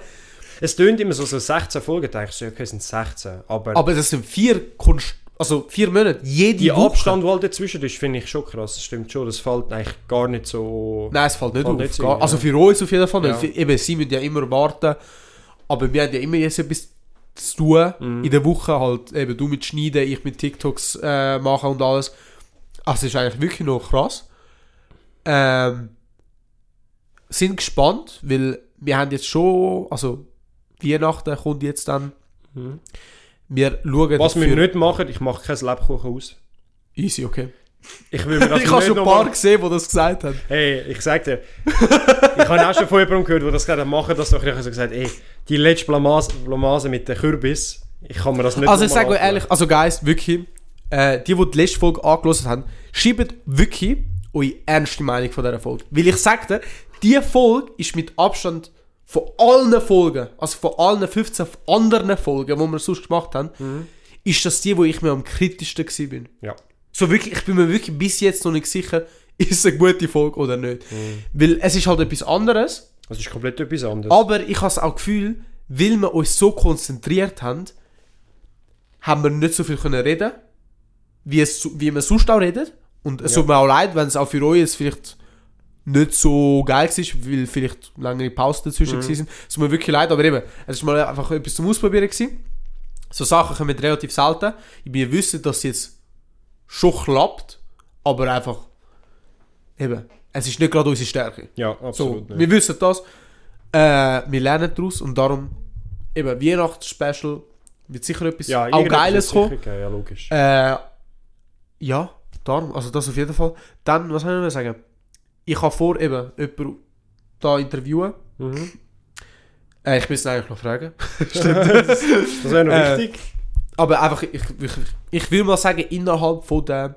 A: Es tönt immer so, so 16 Folgen, denke ich so, ja, okay, es sind 16. Aber,
B: Aber das sind vier, Konst also vier Monate, jede
A: Die
B: Woche.
A: Abstand, der halt dazwischen ist, finde ich schon krass. Das stimmt schon, das fällt eigentlich gar nicht so.
B: Nein, es fällt nicht
A: Fällt
B: auf.
A: nicht
B: gar-
A: so,
B: also
A: ja.
B: für uns auf jeden Fall nicht.
A: Ja.
B: Für- Eben, sie müssen ja immer warten. Aber wir haben ja immer jetzt etwas zu tun.
A: Mhm.
B: In der Woche halt eben du mit Schneiden, ich mit TikToks äh, machen und alles. Also es ist eigentlich wirklich noch krass. Ähm, sind gespannt, weil wir haben jetzt schon, also Weihnachten kommt jetzt dann.
A: Mhm.
B: Wir schauen
A: Was wir
B: dafür-
A: nicht machen, ich mache kein Lebkuchen aus.
B: Easy, okay.
A: Ich will mir das
B: ich habe schon ein
A: nochmal-
B: paar gesehen, die das gesagt haben.
A: Hey, ich sag dir, ich habe auch schon von jemandem gehört, der das gerade machen, dass doch so gesagt ey, die letzte Blamase, Blamase mit dem Kürbis, ich kann mir das nicht
B: Also ich
A: nochmal
B: sage euch
A: antun.
B: ehrlich, also Guys, wirklich, äh, die, die die letzte Folge angeschlossen haben, schreibt wirklich eure ernste Meinung von dieser Folge. Weil ich sage dir, diese Folge ist mit Abstand von allen Folgen, also von allen 15 anderen Folgen, die wir sonst gemacht haben, ist das die, wo ich mir am kritischsten gewesen bin.
A: Ja.
B: So wirklich, ich bin mir wirklich bis jetzt noch nicht sicher, ist es eine gute Folge oder nicht. Weil es ist halt etwas anderes.
A: Das ist komplett etwas anderes.
B: Aber ich habe das auch Gefühl, weil wir uns so konzentriert haben, haben wir nicht so viel können reden, wie, es, so- wie wir sonst auch reden. Und es
A: Ja.
B: tut mir auch leid, wenn es auch für euch jetzt vielleicht nicht so geil war, weil vielleicht längere Pausen dazwischen gewesen sind. Es tut mir wirklich leid, aber eben, es war mal einfach etwas zum Ausprobieren. Gewesen. So Sachen kommen relativ selten. Wir wissen, dass es jetzt schon klappt, aber einfach eben, es ist nicht gerade unsere Stärke.
A: ja,
B: So,
A: absolut nicht.
B: wir wissen das. Äh, wir lernen daraus und darum eben Weihnachtsspecial wird sicher etwas
A: Ja,
B: auch
A: irgendetwas
B: Geiles
A: sicher
B: kommen.
A: geben, Ja, logisch.
B: Äh, ja, darum, also das auf jeden Fall. Dann, was soll ich noch sagen? Ich habe vor, eben jemanden da interviewen.
A: Mhm.
B: Äh, ich müsste ihn eigentlich noch fragen.
A: Das wäre noch
B: äh,
A: wichtig.
B: Aber einfach, ich, ich, ich will mal sagen, innerhalb von der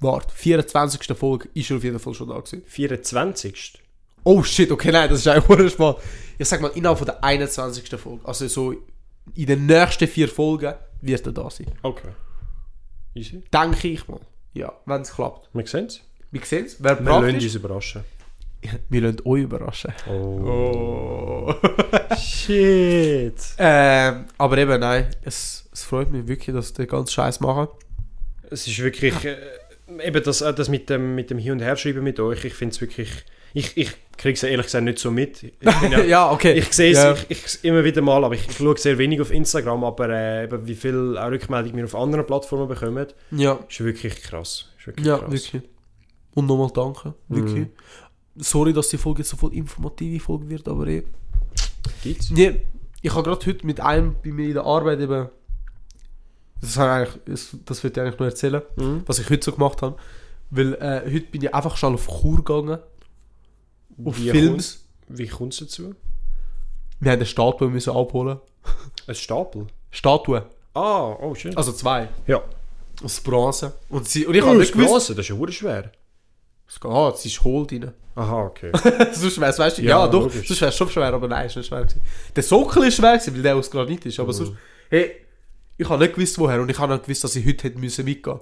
B: Warte, 24. Folge ist er auf jeden Fall schon da gewesen.
A: 24.
B: Oh shit, okay, nein, das ist eigentlich hure spannend. Ich sag mal, innerhalb von der 21. Folge, also so in den nächsten vier Folgen, wird er da sein.
A: Okay. Easy.
B: Denke ich mal. Ja, wenn es klappt.
A: Wir sehen es.
B: Wir sehen es. Wer
A: Wir lassen
B: praktisch
A: uns überraschen.
B: Wir lassen euch überraschen.
A: Oh.
B: Oh.
A: Shit.
B: ähm, aber eben, nein, es, es freut mich wirklich, dass die den ganzen Scheiß machen.
A: Es ist wirklich... Äh, eben das, äh, das mit dem, mit dem Hin- und Herschreiben mit euch, ich finde es wirklich... Ich, ich kriege es ehrlich gesagt nicht so mit. Ich bin ja-
B: ja, okay.
A: Ich sehe es
B: Ja.
A: ich, ich, immer wieder mal, aber ich, ich schaue sehr wenig auf Instagram, aber äh, eben wie viel auch Rückmeldung wir auf anderen Plattformen bekommen,
B: Ja,
A: ist wirklich krass. Ist wirklich
B: ja
A: krass.
B: wirklich. Und nochmal danke, wirklich.
A: Mhm.
B: Sorry, dass die Folge jetzt so voll informative Folge wird, aber eh.
A: Gibt's?
B: Nee, ich habe gerade heute mit einem bei mir in der Arbeit eben. Das, habe ich eigentlich, das, das würde ich eigentlich nur erzählen,
A: Mhm.
B: was ich heute so gemacht habe. Weil äh, heute bin ich einfach schon auf Chur gegangen. Auf
A: Wie
B: Films.
A: Wie kommt es dazu?
B: Wir haben eine Statue müssen abholen.
A: Ein Stapel?
B: Statue.
A: Ah, oh schön.
B: Also zwei.
A: ja.
B: Aus Bronze. Und, sie, und ich
A: Ja,
B: habe
A: das
B: nicht gewusst.
A: das Oh, ist ja schwer.
B: Es geht, ah, sie ist holt rein.
A: Aha, okay.
B: sonst wär's, weißt du,
A: Ja,
B: ja, doch,
A: logisch.
B: sonst wär's schon schwer, aber nein, ist nicht schwer gewesen. Der Sockel ist schwer gewesen, weil der aus Granit ist,
A: Mhm.
B: aber sonst, hey, ich habe nicht gewusst, woher, und ich habe nicht gewusst, dass ich heute hätte müssen mitgehen.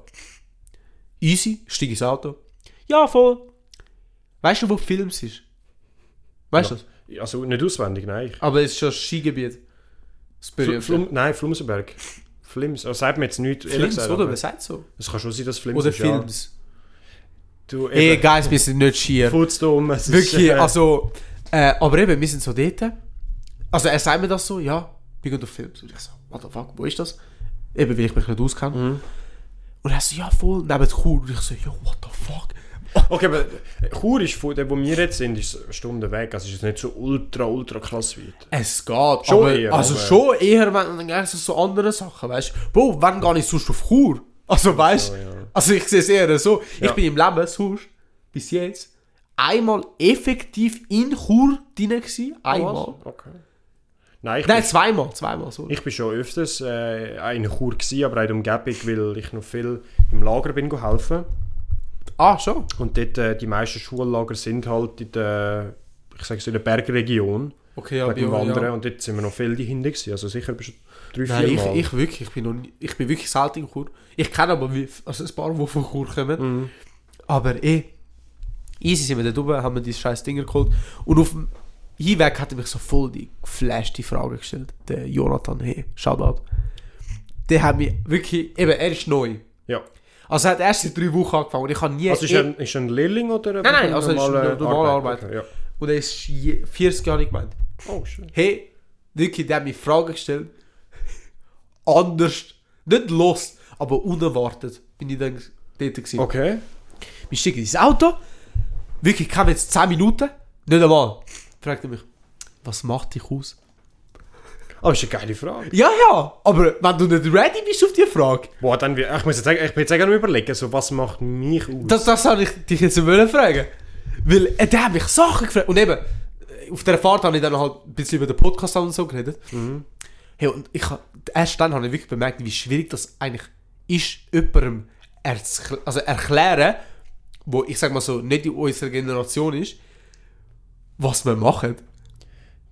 B: Easy, steig ins Auto. Ja, voll. Weißt du, wo die Films ist? Weißt du das?
A: also nicht auswendig, nein. Ich,
B: Aber es ist schon ein Skigebiet. Das
A: Fl
B: berühmte.
A: Flum, nein, Flumsenberg. Flims. Also sagt mir jetzt nichts, ehrlich
B: Films,
A: gesagt.
B: oder?
A: aber
B: Wer sagt so?
A: Es kann schon sein, dass Flims
B: Oder
A: ist, Ja.
B: Films.
A: Du, eben,
B: Ey, Guys, wir sind nicht schier.
A: Futsdom, es ist,
B: Wirklich,
A: äh,
B: also, äh, aber eben, wir sind so dort. Also, er sagt mir das so, ja, wir gehen auf Films. Und ich so, what the fuck, wo ist das? Eben, weil ich mich nicht auskenne.
A: Mhm.
B: Und er so, ja, voll, neben Chur. Und ich so, ja, what the fuck? Oh,
A: Okay, aber äh, Chur ist von dem, wo wir jetzt sind, ist eine Stunde weg. Also ist es nicht so ultra, ultra krass weit.
B: Es geht,
A: Schon
B: aber,
A: eher,
B: also
A: aber-
B: schon eher, wenn wenn es so andere Sachen, weißt du? Bro, wann gar nicht sonst auf Chur? Also, weißt du? Also, ich sehe es eher so.
A: Ja.
B: Ich bin im Leben sonst, bis jetzt, einmal effektiv in Chur drin gewesen. Einmal.
A: Okay. Nein, ich,
B: Nein, zweimal, zweimal, sorry.
A: Bin, ich bin schon öfters äh, auch in Chur gewesen, aber auch in der Umgebung, weil ich noch viel im Lager bin geholfen.
B: ah, schon.
A: Und dort, äh, die meisten Schullager sind halt in der, ich sage so in der Bergregion.
B: Okay, ja,
A: wegen dem
B: Bio,
A: Wandern.
B: ja.
A: Und dort sind wir noch viel dahinter gewesen. Also sicher bist du drei,
B: Nein,
A: vier
B: ich,
A: Mal.
B: ich wirklich, ich bin, noch nie, ich bin wirklich selten in Chur. Ich kenne aber wie, also ein paar, die von Chur kommen.
A: Mhm.
B: Aber eh, easy sind wir da oben, haben wir dieses scheiß Ding geholt. Und auf dem Hinweg hat er mich so voll die geflashte Frage gestellt. Der Jonathan, hey, Shoutout. Der hat mich wirklich, eben, er ist neu.
A: ja.
B: Also er hat erst in drei Wochen angefangen und ich habe nie...
A: Also ist
B: eh-
A: er ein, ist er ein Lehrling oder
B: Nein, nein, also ist
A: normaler
B: eine normale
A: Okay, ja.
B: eh- und er ist je- 40 Jahre alt gemeint.
A: Oh, schön.
B: Hey, wirklich, der hat mir Fragen gestellt. Anders. Nicht lost, aber unerwartet bin ich dann dort gewesen.
A: Okay.
B: Wir steigen ins Auto. Wirklich, kam jetzt 10 Minuten. Nicht einmal. Fragt er mich, was macht dich aus?
A: Aber ist eine geile Frage.
B: Ja, ja, aber wenn du nicht ready bist auf die Frage,
A: Boah, dann, wir- ich muss jetzt, sagen- ich bin jetzt gerne überlegen, so, was macht mich aus?
B: das, das soll ich dich jetzt wollen fragen. Weil äh, der hat mich Sachen gefragt. Und eben, äh, auf der Fahrt habe ich dann halt ein bisschen über den Podcast und so geredet.
A: Mhm.
B: Hey, und ich hab- erst dann habe ich wirklich bemerkt, wie schwierig das eigentlich ist, jemandem erz- also erklären, wo ich sag mal so nicht in unserer Generation ist, was wir machen.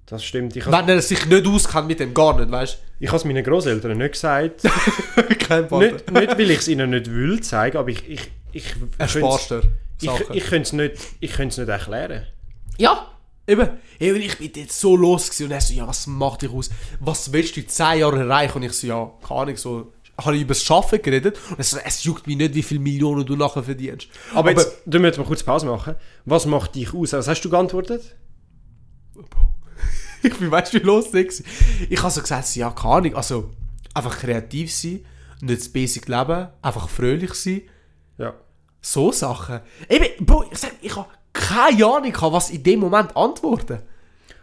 A: Das stimmt. Ich habe
B: Wenn er sich nicht auskennt mit dem, gar nicht, weißt
A: es meinen Großeltern nicht gesagt.
B: du? Kein Partner.
A: nicht, nicht, weil ich es ihnen nicht will zeigen, aber ich, ich, ich,
B: Ersparst
A: ich,
B: dir
A: ich,
B: Sachen.
A: ich könnte es nicht, ich könnte es nicht erklären.
B: Ja, eben. Hey, und ich bin jetzt so los gewesen und er so, ja, was macht dich aus? Was willst du in 10 Jahren erreichen? Und ich so, ja, keine Ahnung, so, habe ich über das Schaffen geredet und er so, es juckt mich nicht, wie viele Millionen du nachher verdienst.
A: Aber, jetzt dürfen wir jetzt mal kurz Pause machen. Was macht dich aus? Was hast du geantwortet?
B: ich bin, weißt du, wie los ich war? Ich habe so gesagt, so, ja, keine Ahnung, also, einfach kreativ sein, nicht das basic leben, einfach fröhlich sein,
A: Ja.
B: so Sachen. Eben, Bro, ich sag, ich habe keine Ahnung, gehabt, was in dem Moment antworten.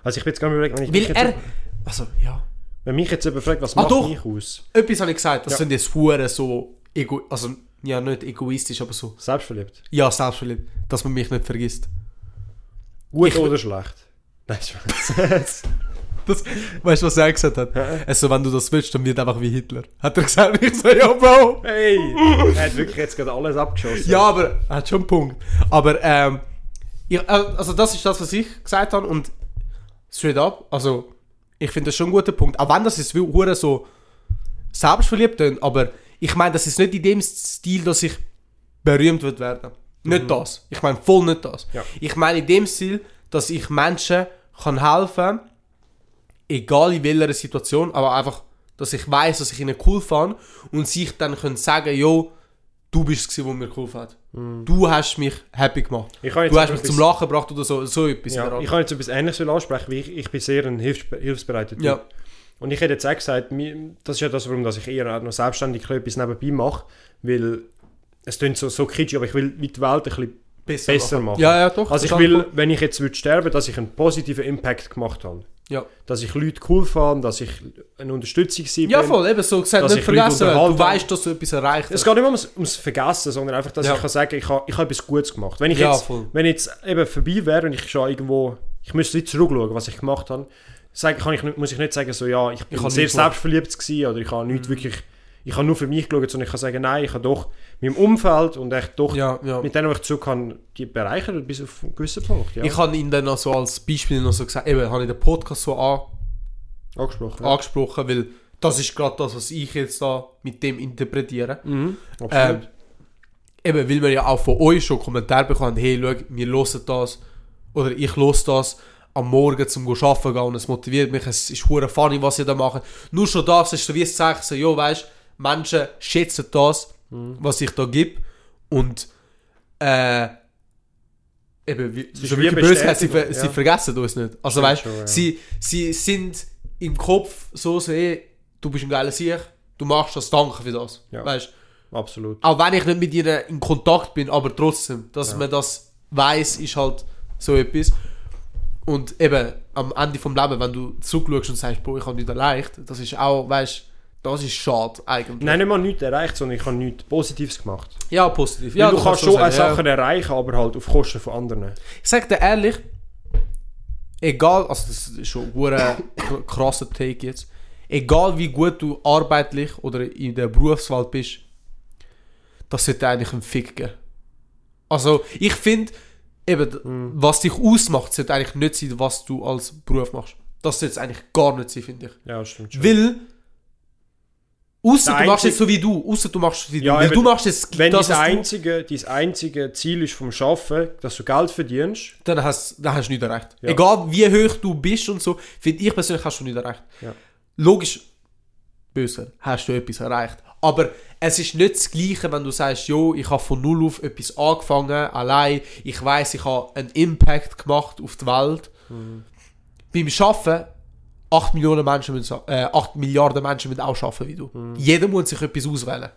A: Also ich bin jetzt gerade überlegt, wenn ich
B: Weil
A: mich
B: er,
A: jetzt,
B: also, ja.
A: wenn mich jetzt jemand fragt, was
B: Ah,
A: macht
B: doch.
A: mich aus?
B: etwas habe ich gesagt, das sind jetzt Huren so ego also ja nicht egoistisch, aber so
A: Selbstverliebt.
B: ja selbstverliebt, dass man mich nicht vergisst.
A: Gut
B: Ich-
A: oder schlecht? Nein, Spaß.
B: Das, weißt du, was er gesagt hat? Also wenn du das willst, dann wird einfach wie Hitler. Hat er gesagt, ich so ja Bro.
A: hey, er hat wirklich jetzt gerade alles abgeschossen.
B: Ja, aber er hat schon einen Punkt. Aber ähm, Ich, äh, also das ist das, was ich gesagt habe und straight up, also ich finde das schon ein guter Punkt. Auch wenn das jetzt wie hure so selbstverliebt tönt, aber ich meine, das ist nicht in dem Stil, dass ich berühmt wird werden. Nicht das. Ich meine voll nicht das.
A: Mhm. Ja.
B: Ich meine in dem Stil, dass ich Menschen kann helfen, egal in welcher Situation, aber einfach, dass ich weiß, dass ich ihnen cool fand und sich dann können sagen, jo, du bist es, wo mir cool hat. Du hast mich happy gemacht.
A: Mhm. Ich habe jetzt
B: Du hast mich
A: etwas-
B: zum Lachen gebracht oder so, so etwas. in der
A: Ja,
B: Art.
A: ich kann jetzt etwas Ähnliches will ansprechen, weil ich, ich bin sehr ein hilfsbe hilfsbereiter Typ.
B: Ja.
A: Und ich hätte jetzt auch gesagt, mir- das ist ja das, warum dass ich eher auch noch selbstständig etwas nebenbei mache, weil es klingt so, so kitschig, aber ich will wie die Welt ein bisschen
B: besser,
A: besser machen.
B: Ja, ja, doch.
A: also ich
B: das
A: will,
B: hat-
A: wenn ich jetzt würde sterben, dass ich einen positiven Impact gemacht habe.
B: Ja,
A: Dass ich Leute cool fand, dass ich eine Unterstützung war.
B: ja voll, eben so gesagt,
A: dass
B: nicht
A: ich Leute
B: vergessen. Du
A: unterhalte.
B: weißt, dass du etwas erreicht
A: Es
B: hast.
A: geht nicht ums, ums Vergessen, sondern einfach, dass
B: Ja.
A: ich kann sagen ich habe ich habe etwas Gutes gemacht. Wenn ich,
B: Ja,
A: jetzt,
B: voll.
A: wenn ich jetzt eben vorbei wäre und ich schon irgendwo, ich müsste jetzt zurückschauen, was ich gemacht habe, sage, kann ich, nicht- muss ich nicht sagen, so ja, ich bin
B: habe
A: sehr
B: nichts Mhm. gemacht.
A: selbstverliebt gewesen oder ich habe nicht wirklich, ich habe nur für mich geschaut, sondern ich kann sagen, nein, ich habe doch meinem Umfeld und echt doch
B: Ja, ja.
A: mit denen, was ich zurück kann, die bereichert bis auf einen gewissen Punkt. Ja.
B: Ich habe ihn dann noch so als Beispiel noch so gesagt, eben, habe ich den Podcast so an,
A: Angesprochen.
B: Ah, angesprochen, weil das ist gerade das, was ich jetzt da mit dem interpretiere.
A: Mhm.
B: Ähm,
A: Absolut.
B: eben, weil wir ja auch von euch schon Kommentare bekommen haben, hey, schau, wir hören das oder ich höre das am Morgen zum Go arbeiten gehen und es motiviert mich, es ist hure funny, was ihr da macht. Nur schon das ist so wie ein Zeichen, so, jo, weißt, Menschen schätzen das,
A: Mhm.
B: was ich da gebe und äh, eben, wie,
A: ist
B: so
A: wie
B: wie
A: eine
B: böse, sie, ver
A: Bestätigung,
B: sie
A: ja.
B: vergessen uns nicht. Also weißt,
A: schon, ja.
B: sie, sie sind im Kopf so, so, hey, du bist ein geiler Sieg, du machst das, danke für das,
A: Ja.
B: weißt.
A: Absolut.
B: Auch wenn ich nicht mit ihnen in Kontakt bin, aber trotzdem, dass man das weiß, ist halt so etwas. Und eben am Ende vom Leben, wenn du zurückschaust und sagst, boah, ich habe nicht erreicht, das ist auch, weißt das ist schade eigentlich.
A: Nein, nicht mal nichts erreicht, sondern ich habe nichts Positives gemacht.
B: Ja, positiv.
A: Ja,
B: Ja,
A: du, kannst schon
B: auch
A: auch Sachen erreichen, aber halt auf Kosten von anderen.
B: Ich sag dir ehrlich, egal, also das ist schon ein kr- krasser Take jetzt, egal wie gut du arbeitlich oder in der Berufswelt bist, das sollte eigentlich ein Fick geben. Also ich finde, eben, d-
A: Mhm.
B: was dich ausmacht, sollte eigentlich nicht sein, was du als Beruf machst. Das sollte es eigentlich gar nicht sein, finde ich.
A: Ja, das stimmt schon.
B: Weil, außer
A: Der
B: du machst
A: einzig-
B: jetzt so wie du, außer du machst so wie du,
A: Ja,
B: weil
A: eben,
B: du machst jetzt
A: Wenn
B: das,
A: dein,
B: was du,
A: einzige, dein einzige Ziel ist vom Arbeiten, dass du Geld verdienst,
B: dann hast, dann hast du nicht erreicht.
A: Ja.
B: Egal wie hoch du bist und so, finde ich persönlich, hast du nicht erreicht.
A: Ja.
B: Logisch, böse, hast du etwas erreicht. Aber es ist nicht das Gleiche, wenn du sagst, jo, ich habe von null auf etwas angefangen, allein, ich weiß, ich habe einen Impact gemacht auf die Welt. Mhm. Beim Schaffen 8 Millionen Menschen müssen, äh, 8 Milliarden Menschen müssen auch schaffen wie du. Jeder muss sich etwas auswählen.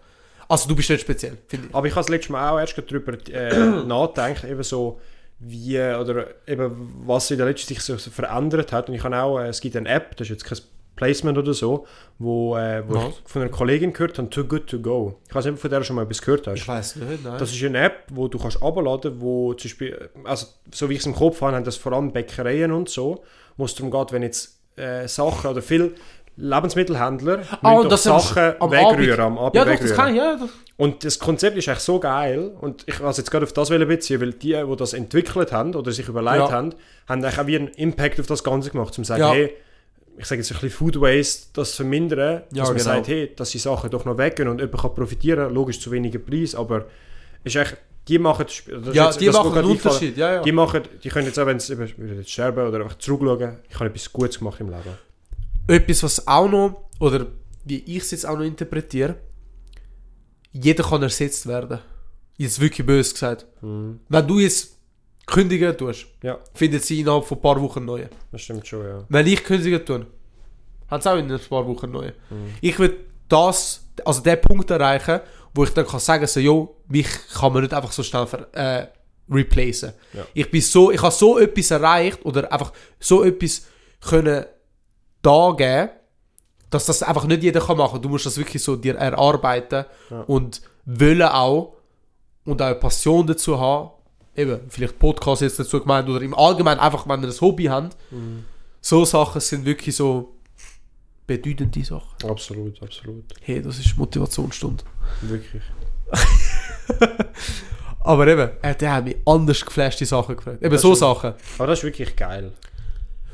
B: Also du bist nicht speziell, finde ich.
A: aber ich habe das letzte Mal auch erst darüber äh, nachgedacht, eben so wie, oder eben was in der letzten Zeit sich so verändert hat. Und ich habe auch, äh, es gibt eine App, das ist jetzt kein Placement oder so, wo, äh, wo
B: Was?
A: ich von einer Kollegin gehört habe, Too Good To Go. Ich weiß nicht, ob du von der schon mal etwas gehört hast.
B: weiß nicht, nein.
A: Das ist eine App, wo du kannst abladen, wo zum Beispiel, also so wie ich es im Kopf habe, haben das vor allem Bäckereien und so, wo es darum geht, wenn jetzt äh, Sachen oder viel Lebensmittelhändler
B: Ah,
A: müssen
B: und
A: doch
B: das ist
A: Sachen
B: am
A: wegrühren, am
B: Abend.
A: Abend
B: ja, doch, das
A: wegrühren.
B: kann ich, ja, doch.
A: Und das Konzept ist eigentlich so geil und ich wollte jetzt gerade auf das wollen beziehen, weil die, die das entwickelt haben oder sich überlegt
B: Ja.
A: haben, haben eigentlich auch wie einen Impact auf das Ganze gemacht, um zu sagen,
B: Ja.
A: hey, ich sage jetzt ein bisschen Food Waste, das zu vermindern,
B: Ja,
A: dass man
B: genau.
A: sagt, hey, dass die Sachen doch noch weggehen und jemand kann profitieren, logisch zu wenigen Preis, aber es ist echt, die machen, das ist
B: Ja,
A: jetzt-
B: die
A: das ist
B: machen
A: mir gerade
B: einen
A: eingefallen.
B: Unterschied, ja, ja.
A: Die machen, die können jetzt auch, wenn sie eben- würden jetzt sterben oder einfach zurückschauen, ich habe etwas Gutes gemacht im Leben.
B: etwas, was auch noch, oder wie ich es jetzt auch noch interpretiere, jeder kann ersetzt werden. Jetzt wirklich böse gesagt. Wenn du jetzt kündigen tust,
A: Ja,
B: findet sie innerhalb von ein paar Wochen einen neuen.
A: das stimmt schon, ja.
B: Wenn ich kündigen tue, hat es auch in ein paar Wochen einen neuen.
A: Mhm.
B: Ich will das, also den Punkt erreichen, wo ich dann kann sagen so, jo, mich kann man nicht einfach so schnell ver, äh, replacen.
A: Ja.
B: Ich bin so, ich habe so etwas erreicht oder einfach so etwas können da geben, dass das einfach nicht jeder kann machen. Du musst das wirklich so dir erarbeiten
A: Ja.
B: und wollen auch und auch eine Passion dazu haben. Eben, vielleicht Podcast jetzt dazu gemeint oder im Allgemeinen einfach, wenn ihr ein Hobby habt. So Sachen sind wirklich so bedeutende Sachen.
A: Absolut, absolut.
B: Hey, das ist Motivationsstunde.
A: Wirklich.
B: Aber eben, äh, der hat mich anders geflashte Sachen gefragt. Eben
A: Das
B: so
A: ist-
B: Sachen.
A: Aber das ist wirklich geil.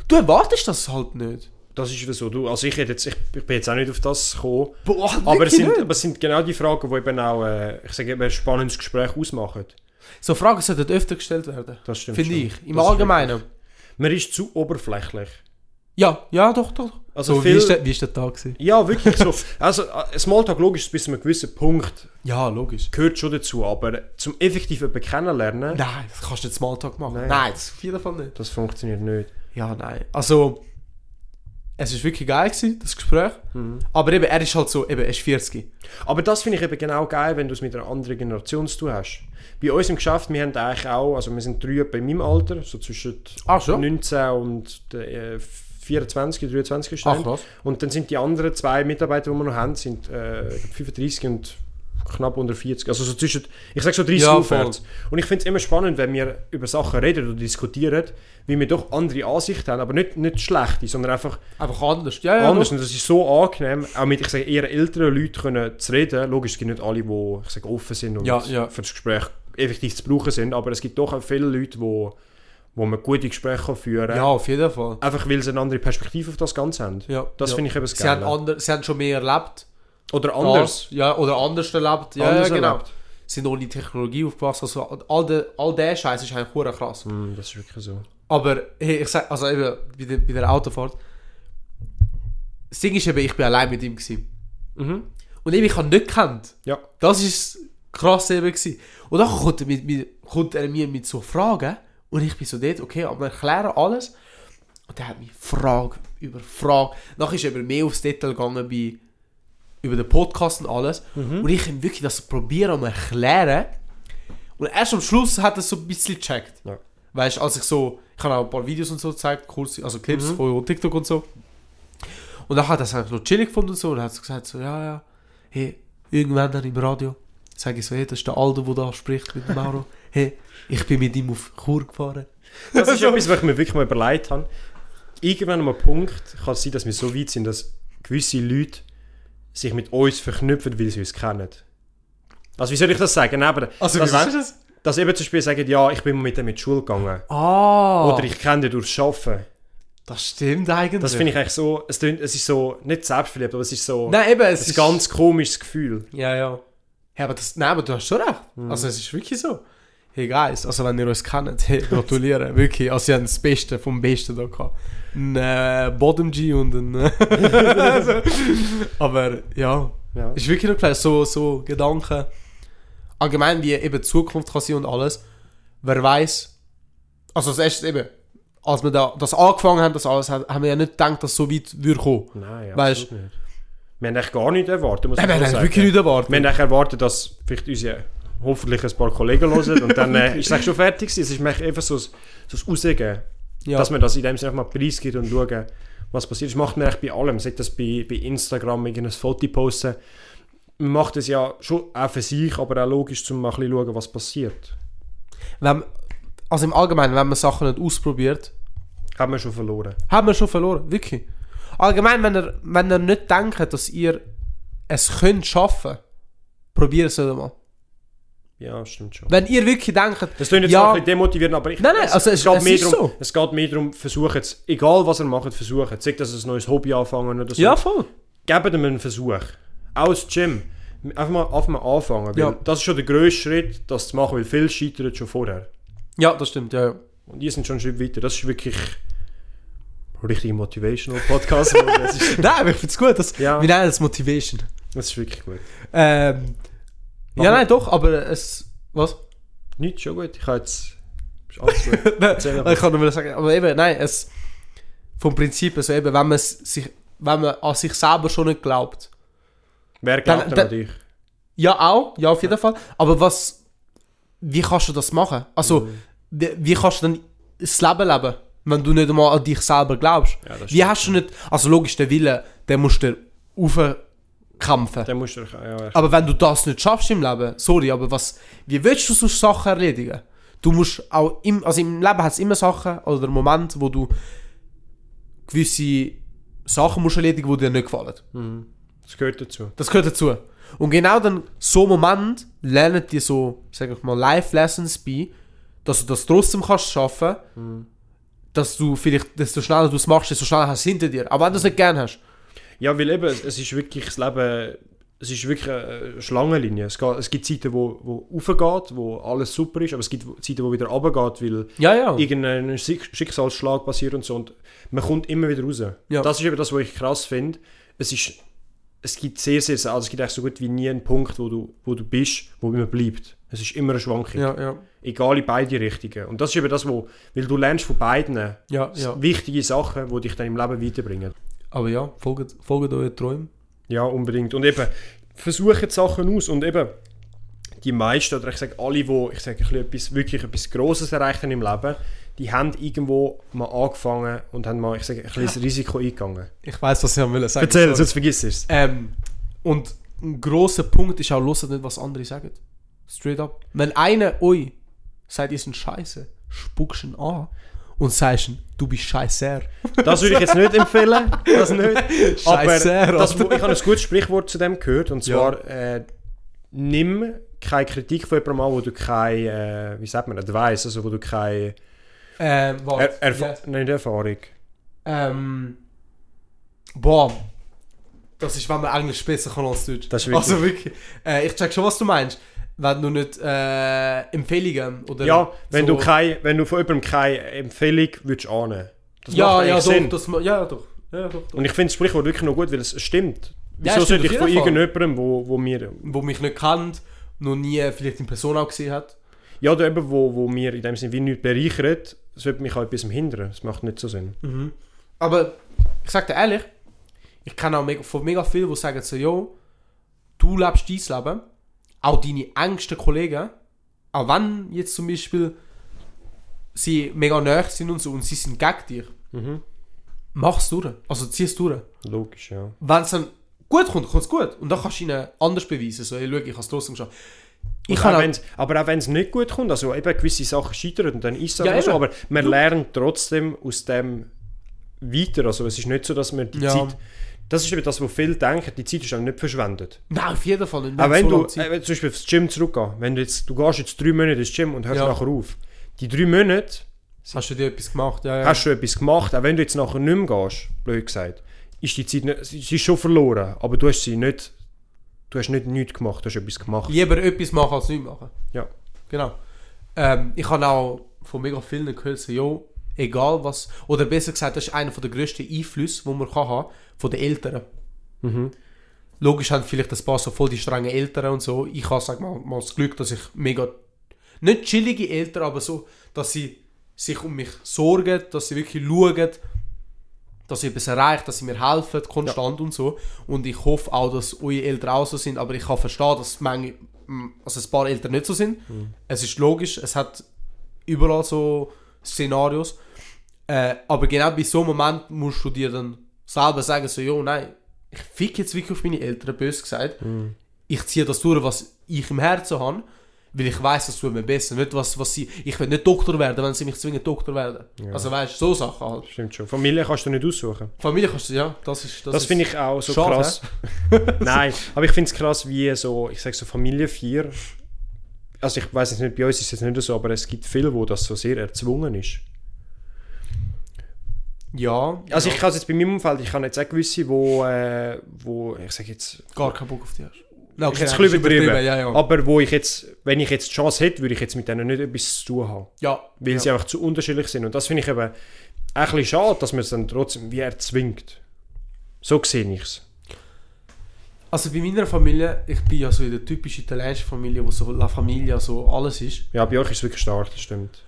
B: Du erwartest das halt nicht.
A: Das ist wieder so. Du, also ich, hätte jetzt, ich, ich bin jetzt auch nicht auf das gekommen.
B: Boah,
A: Aber es,
B: wirklich
A: sind,
B: nicht.
A: aber es sind genau die Fragen, die eben auch äh, ich sage, eben, ein spannendes Gespräch ausmachen.
B: So Fragen sollten öfter gestellt werden.
A: Das stimmt
B: Finde
A: schon.
B: ich. Im
A: Das ist
B: Allgemeinen.
A: Man ist zu oberflächlich.
B: Ja, ja, doch, doch.
A: Also
B: so,
A: viel-
B: wie, ist der, wie ist der Tag gewesen?
A: Ja, wirklich so. Also, äh, Smalltalk logisch bis zu einem gewissen Punkt
B: Ja, logisch.
A: gehört schon dazu, aber zum effektiv jemanden kennenlernen,
B: Nein, das kannst du nicht Smalltalk machen.
A: Nein.
B: Nein, nein das auf jeden Fall nicht.
A: das funktioniert nicht.
B: Ja, nein. Also, es war wirklich geil, gewesen, das Gespräch.
A: Mhm.
B: Aber eben, er ist halt so, eben, er ist 40.
A: Aber das finde ich eben genau geil, wenn du es mit einer anderen Generation zu tun hast. Bei uns im Geschäft, wir haben eigentlich auch, also wir sind drei bei meinem Alter, so zwischen
B: Ach so.
A: 19 und äh, 24, 23 gestanden.
B: krass.
A: Und dann sind die anderen zwei Mitarbeiter, die wir noch haben, sind äh, ich glaub, 35 und knapp unter 40. Also so zwischen, ich sage so 30
B: Ja,
A: aufwärts. Und ich finde es immer spannend, wenn wir über Sachen reden oder diskutieren, wie wir doch andere Ansichten haben, aber nicht, nicht schlechte, sondern einfach
B: Einfach anders. Ja, ja,
A: anders.
B: doch.
A: Und das ist so angenehm, auch mit ich sage, eher älteren Leuten können zu reden. Logisch, es gibt nicht alle, die ich sage, offen sind und
B: Ja, ja.
A: für das Gespräch effektiv zu brauchen sind, aber es gibt doch auch viele Leute, wo, wo man gute Gespräche kann führen kann.
B: Ja, auf jeden Fall.
A: Einfach weil sie eine andere Perspektive auf das Ganze haben.
B: Ja,
A: Das
B: ja.
A: finde ich eben das
B: Sie haben,
A: Geile.
B: ander, sie haben schon mehr erlebt.
A: Oder anders.
B: Das, ja, oder anders erlebt. Ja,
A: Anders
B: ja genau.
A: erlebt.
B: Sind ohne Technologie aufgewachsen. Also, all der, all der Scheiß ist eigentlich hure krass.
A: Mm, das ist wirklich so.
B: Aber hey, ich sag, also eben bei der, bei der Autofahrt. Das Ding ist eben, ich bin allein mit ihm. Gewesen.
A: Mhm.
B: Und eben, ich habe ihn nicht gekannt.
A: Ja.
B: Das ist krass eben. Gewesen. Und dann kommt er, mit, mit, kommt er mir mit so Fragen. Und ich bin so dort, okay, aber erklären alles. Und er hat mich Frage über Frage. Nachher ist er eben mehr aufs Detail gegangen bei, über den Podcast und alles. Und ich habe wirklich das probieren und erklären. Und erst am Schluss hat er so ein bisschen gecheckt.
A: ja.
B: Weißt du, als ich so, ich habe auch ein paar Videos und so gezeigt, kurze, also Clips von TikTok und so. Und dann hat er es eigentlich noch chillig gefunden und so. Und dann hat er gesagt, so, ja, ja, hey, irgendwann dann im Radio sage ich so, hey, das ist der Aldo, der da spricht mit dem Mauro. hey, ich bin mit ihm auf Chur gefahren.
A: Das ist etwas, was ich mir wirklich mal überlegt habe. Irgendwann an einem Punkt kann es sein, dass wir so weit sind, dass gewisse Leute sich mit uns verknüpfen, weil sie uns kennen. Also wie soll ich das sagen? Eben,
B: Also,
A: dass, es-
B: das?
A: dass eben zum Beispiel sagen, ja, ich bin mal mit dem in die Schule gegangen.
B: Ah,
A: Oder ich kenne den durchs Arbeiten.
B: das stimmt eigentlich.
A: Das finde ich eigentlich so, es, tönt, es ist so, nicht selbstverliebt, aber es ist so
B: Nein, eben, es
A: ein
B: ist...
A: ganz komisches Gefühl.
B: Ja, ja. Hey, aber, das, nein, aber du hast schon recht.
A: Mhm.
B: Also es ist wirklich so. Hey Guys, also wenn ihr uns kennt, hey, gratuliere, wirklich. Also ihr habt das Beste vom Besten da gehabt. Ein äh, Bottom G und ein... Äh, also, aber ja,
A: Ja.
B: ist wirklich noch klar, so, so Gedanken. Allgemein wie eben die Zukunft kann sein und alles. Wer weiß Also das erste eben, als wir da, das angefangen haben, das alles, haben haben wir ja nicht gedacht, dass es so weit würde kommen.
A: Nein,
B: Weißt-
A: absolut nicht. Wir haben eigentlich gar nicht erwartet, muss ich
B: Eben, wir
A: schon
B: haben
A: sagen.
B: wirklich nicht erwartet.
A: Wir haben eigentlich erwartet, dass vielleicht unsere hoffentlich ein paar Kollegen hören und dann äh, ist es eigentlich schon fertig gewesen. Es ist mir einfach so ein, so ein Rausgeben,
B: Ja.
A: dass man das in dem Sinne einfach mal preisgibt und schauen, was passiert. Das macht man eigentlich bei allem. Sei das bei, bei Instagram, irgendein Foto posten. Man macht es ja schon auch für sich, aber auch logisch, um mal ein bisschen zu schauen, was passiert.
B: wenn, also im Allgemeinen, wenn man Sachen nicht ausprobiert,
A: Haben wir schon verloren.
B: haben wir schon verloren, wirklich. Allgemein, wenn ihr, wenn ihr nicht denkt, dass ihr es könnt schaffen, probiert es nicht mal.
A: Ja, stimmt schon.
B: Wenn ihr wirklich denkt,
A: Das klingt jetzt
B: Ja.
A: auch ein bisschen demotivierend, aber ich,
B: Nein, nein, also es- es
A: mehr
B: ist
A: darum,
B: so.
A: es geht mehr darum, versuchen es. Egal, was ihr macht, versuchen es. Sei das ein neues Hobby anfangen oder so.
B: ja voll.
A: gebt ihm einen Versuch. Auch das Gym. Einfach mal, einfach mal anfangen. Weil
B: Ja.
A: Das ist schon der grösste Schritt, das zu machen, weil viele scheitern schon vorher.
B: Ja, das stimmt, ja, ja.
A: Und ihr sind schon einen Schritt weiter. Das ist wirklich richtig motivational Podcast. Mann. das, ist,
B: Nein, aber ich finde es gut, das,
A: Ja.
B: wir nennen das Motivation.
A: das ist wirklich gut.
B: Ähm, ja,
A: Machen-
B: nein, doch, aber es, was?
A: Nicht schon gut. Ich habe jetzt... ist alles gut.
B: Nein,
A: Erzähl
B: ich
A: aber.
B: kann nur sagen, aber eben, nein, es, vom Prinzip, also eben, wenn man, es sich, wenn man an sich selber schon nicht glaubt,
A: Wer glaubt
B: Dann-
A: denn
B: dann-
A: an dich?
B: Ja, auch, ja, auf jeden Fall. Aber was, wie kannst du das machen? Also,
A: Mhm.
B: wie, wie kannst du denn das Leben leben, wenn du nicht einmal an dich selber glaubst?
A: Ja, das
B: wie hast du nicht, also logisch, der Wille, den musst du aufkämpfen.
A: Dann musst du... Ja, ja.
B: Aber wenn du das nicht schaffst im Leben, sorry, aber was, wie willst du so Sachen erledigen? Du musst auch im, also im Leben hat es immer Sachen oder Momente, wo du gewisse Sachen musst erledigen, die dir nicht gefallen.
A: Das gehört dazu.
B: Das gehört dazu. Und genau dann, so Moment, lernen die so, sag ich mal, Life-Lessons bei, dass du das trotzdem kannst schaffen, dass du vielleicht, desto schneller du es machst, desto schneller hast du es hinter dir. Aber wenn du es nicht gerne hast,
A: Ja, weil eben, es es ist wirklich das Leben, es ist wirklich eine Schlangenlinie. Es, geht, es gibt Zeiten, wo, wo aufgeht, wo alles super ist, aber es gibt Zeiten, wo wieder runtergeht, weil
B: ja, ja.
A: irgendein Schick- Schicksalsschlag passiert und so. Und man kommt immer wieder raus.
B: Ja.
A: Das ist eben das, was ich krass finde. Es ist, es gibt sehr, sehr, also es gibt eigentlich so gut wie nie einen Punkt, wo du, wo du bist, wo immer bleibt. Es ist immer eine Schwankung.
B: ja, ja,
A: Egal in beide Richtungen. Und das ist eben das, wo, weil du lernst von beiden
B: ja, ja.
A: wichtige Sachen, die dich dann im Leben weiterbringen.
B: Aber ja, folgt, folgt euren Träumen.
A: Ja, unbedingt. Und eben, versuchen die Sachen aus. Und eben, die meisten, oder ich sage alle, die ich sage, ein bisschen etwas, wirklich etwas Grosses erreicht haben im Leben, die haben irgendwo mal angefangen und haben mal, ich sage, ein bisschen das Risiko eingegangen. Also,
B: Ich weiß, was ich haben will sagen.
A: Erzähl,
B: sorry.
A: sonst vergiss es.
B: Ähm, und ein grosser Punkt ist auch, hört nicht, was andere sagen. Straight up. Wenn einer euch sagt, ihr seid scheiße, spuckst ihn an und sagst ihm, du bist scheißer.
A: Das würde ich jetzt nicht empfehlen, das nicht. Aber
B: Scheisser,
A: das,
B: Alter.
A: ich habe ein gutes Sprichwort zu dem gehört, und zwar äh, nimm keine Kritik von jemandem an, wo du keine, äh, wie sagt man, Advice, also wo du keine
B: Ähm, warte.
A: er Erfa nicht Erfahrung.
B: Ähm, boah. Das ist, wenn man Englisch besser kann als Deutsch.
A: Das ist wirklich-
B: also wirklich. Äh, ich check schon, was du meinst. Wenn du nicht äh, Empfehlungen oder
A: Ja, wenn,
B: so-
A: du kein, wenn du von jemandem keine Empfehlung würdest annehmen Das macht
B: ja,
A: eigentlich
B: ja, doch,
A: Sinn.
B: das, ma- ja, doch. Ja, doch, doch.
A: Und ich finde das Sprichwort wirklich noch gut, weil es stimmt.
B: Ja,
A: Wieso
B: es stimmt
A: sollte
B: auf
A: ich von
B: jeden Fall.
A: irgendjemandem, wo, wo mir,
B: Wo mich nicht kennt, noch nie vielleicht in Person auch gesehen hat.
A: ja, oder eben, wo, wo mir in dem Sinne wie nichts bereichert, sollte mich auch etwas hindern. Das macht nicht so Sinn.
B: Aber ich sag dir ehrlich, ich kenne auch mega, von mega vielen, die sagen so, jo, du lebst dein Leben, auch deine engsten Kollegen, auch wenn jetzt zum Beispiel sie mega nahe sind und so und sie sind gegen dich,
A: Mhm.
B: mach's durch. Also zieh's durch.
A: Logisch, ja.
B: Wenn es dann gut kommt, kommt's gut. Und dann kannst du ihnen anders beweisen. So, ey, schau, ich hab's trotzdem geschafft. Ich
A: Und
B: kann
A: auch
B: auch-
A: wenn's, aber auch wenn es nicht gut kommt, also eben gewisse Sachen scheitern und dann ist es
B: Ja,
A: auch so,
B: eben.
A: aber man lernt trotzdem aus dem weiter. Also es ist nicht so, dass man die
B: Ja.
A: Zeit, das ist eben das, was viele denken, die Zeit ist auch nicht verschwendet.
B: Nein, auf jeden Fall nicht. Wir
A: Auch
B: haben
A: wenn
B: so
A: du
B: lange Zeit.
A: äh, wenn du zum Beispiel aufs Gym zurückgehst, wenn du jetzt, du gehst jetzt drei Monate ins Gym und hörst
B: Ja.
A: nachher auf. Die drei Monate
B: hast du dir etwas gemacht? Ja, ja.
A: hast du etwas gemacht, auch wenn du jetzt nachher nicht mehr gehst, blöd gesagt, ist die Zeit nicht, sie ist schon verloren, aber du hast sie nicht, du hast nicht nichts gemacht, du hast etwas gemacht.
B: Lieber etwas machen als nichts machen.
A: Ja.
B: Genau. Ähm, ich habe auch von mega vielen gehört, so, jo, egal was, oder besser gesagt, das ist einer der grössten Einflüsse, die man kann haben von den Eltern.
A: Mhm.
B: Logisch haben vielleicht ein paar so voll die strengen Eltern und so. Ich habe, sag mal, mal das Glück, dass ich mega, nicht chillige Eltern, aber so, dass sie sich um mich sorgen, dass sie wirklich schauen, dass ich etwas erreicht, dass sie mir helfen, konstant und so. Und ich hoffe auch, dass eure Eltern auch so sind, aber ich kann verstehen, dass manche, m, also ein paar Eltern nicht so sind. Es ist logisch, es hat überall so Szenarios. Äh, aber genau bei so einem Moment musst du dir dann selber sagen, so, jo, nein, ich fick jetzt wirklich auf meine Eltern, bös gesagt. Ich ziehe das durch, was ich im Herzen habe, weil ich weiß, das tut mir besser. Nicht was, was sie, ich will nicht Doktor werden, wenn sie mich zwingen, Doktor werden. Also weißt du, so Sachen halt.
A: Stimmt schon. Familie kannst du nicht aussuchen.
B: Familie kannst du, ja, das ist...
A: Das, finde ich auch so
B: schade,
A: krass. Nein, aber ich finde es krass, wie so, ich sage so Familie 4, also ich weiß jetzt nicht, bei uns ist es nicht so, aber es gibt viele, wo das so sehr erzwungen ist.
B: Ja,
A: Also
B: ja,
A: ich kann es jetzt bei meinem Umfeld, ich kann jetzt auch gewisse, wo, äh, wo ich sage jetzt,
B: gar keinen Bock auf dich hast. Nein,
A: ist jetzt
B: nein,
A: ein bisschen übertrieben,
B: ja, ja.
A: aber wo ich jetzt, wenn ich jetzt die Chance hätte, würde ich jetzt mit denen nicht etwas zu tun haben,
B: ja,
A: weil
B: ja.
A: sie einfach zu unterschiedlich sind und das finde ich eben ein bisschen schade, dass man es dann trotzdem wie erzwingt. So sehe ich es.
B: Also bei meiner Familie, ich bin ja so in der typischen italienischen Familie, wo so La Familia so alles ist.
A: Ja, bei euch ist es wirklich stark, das stimmt.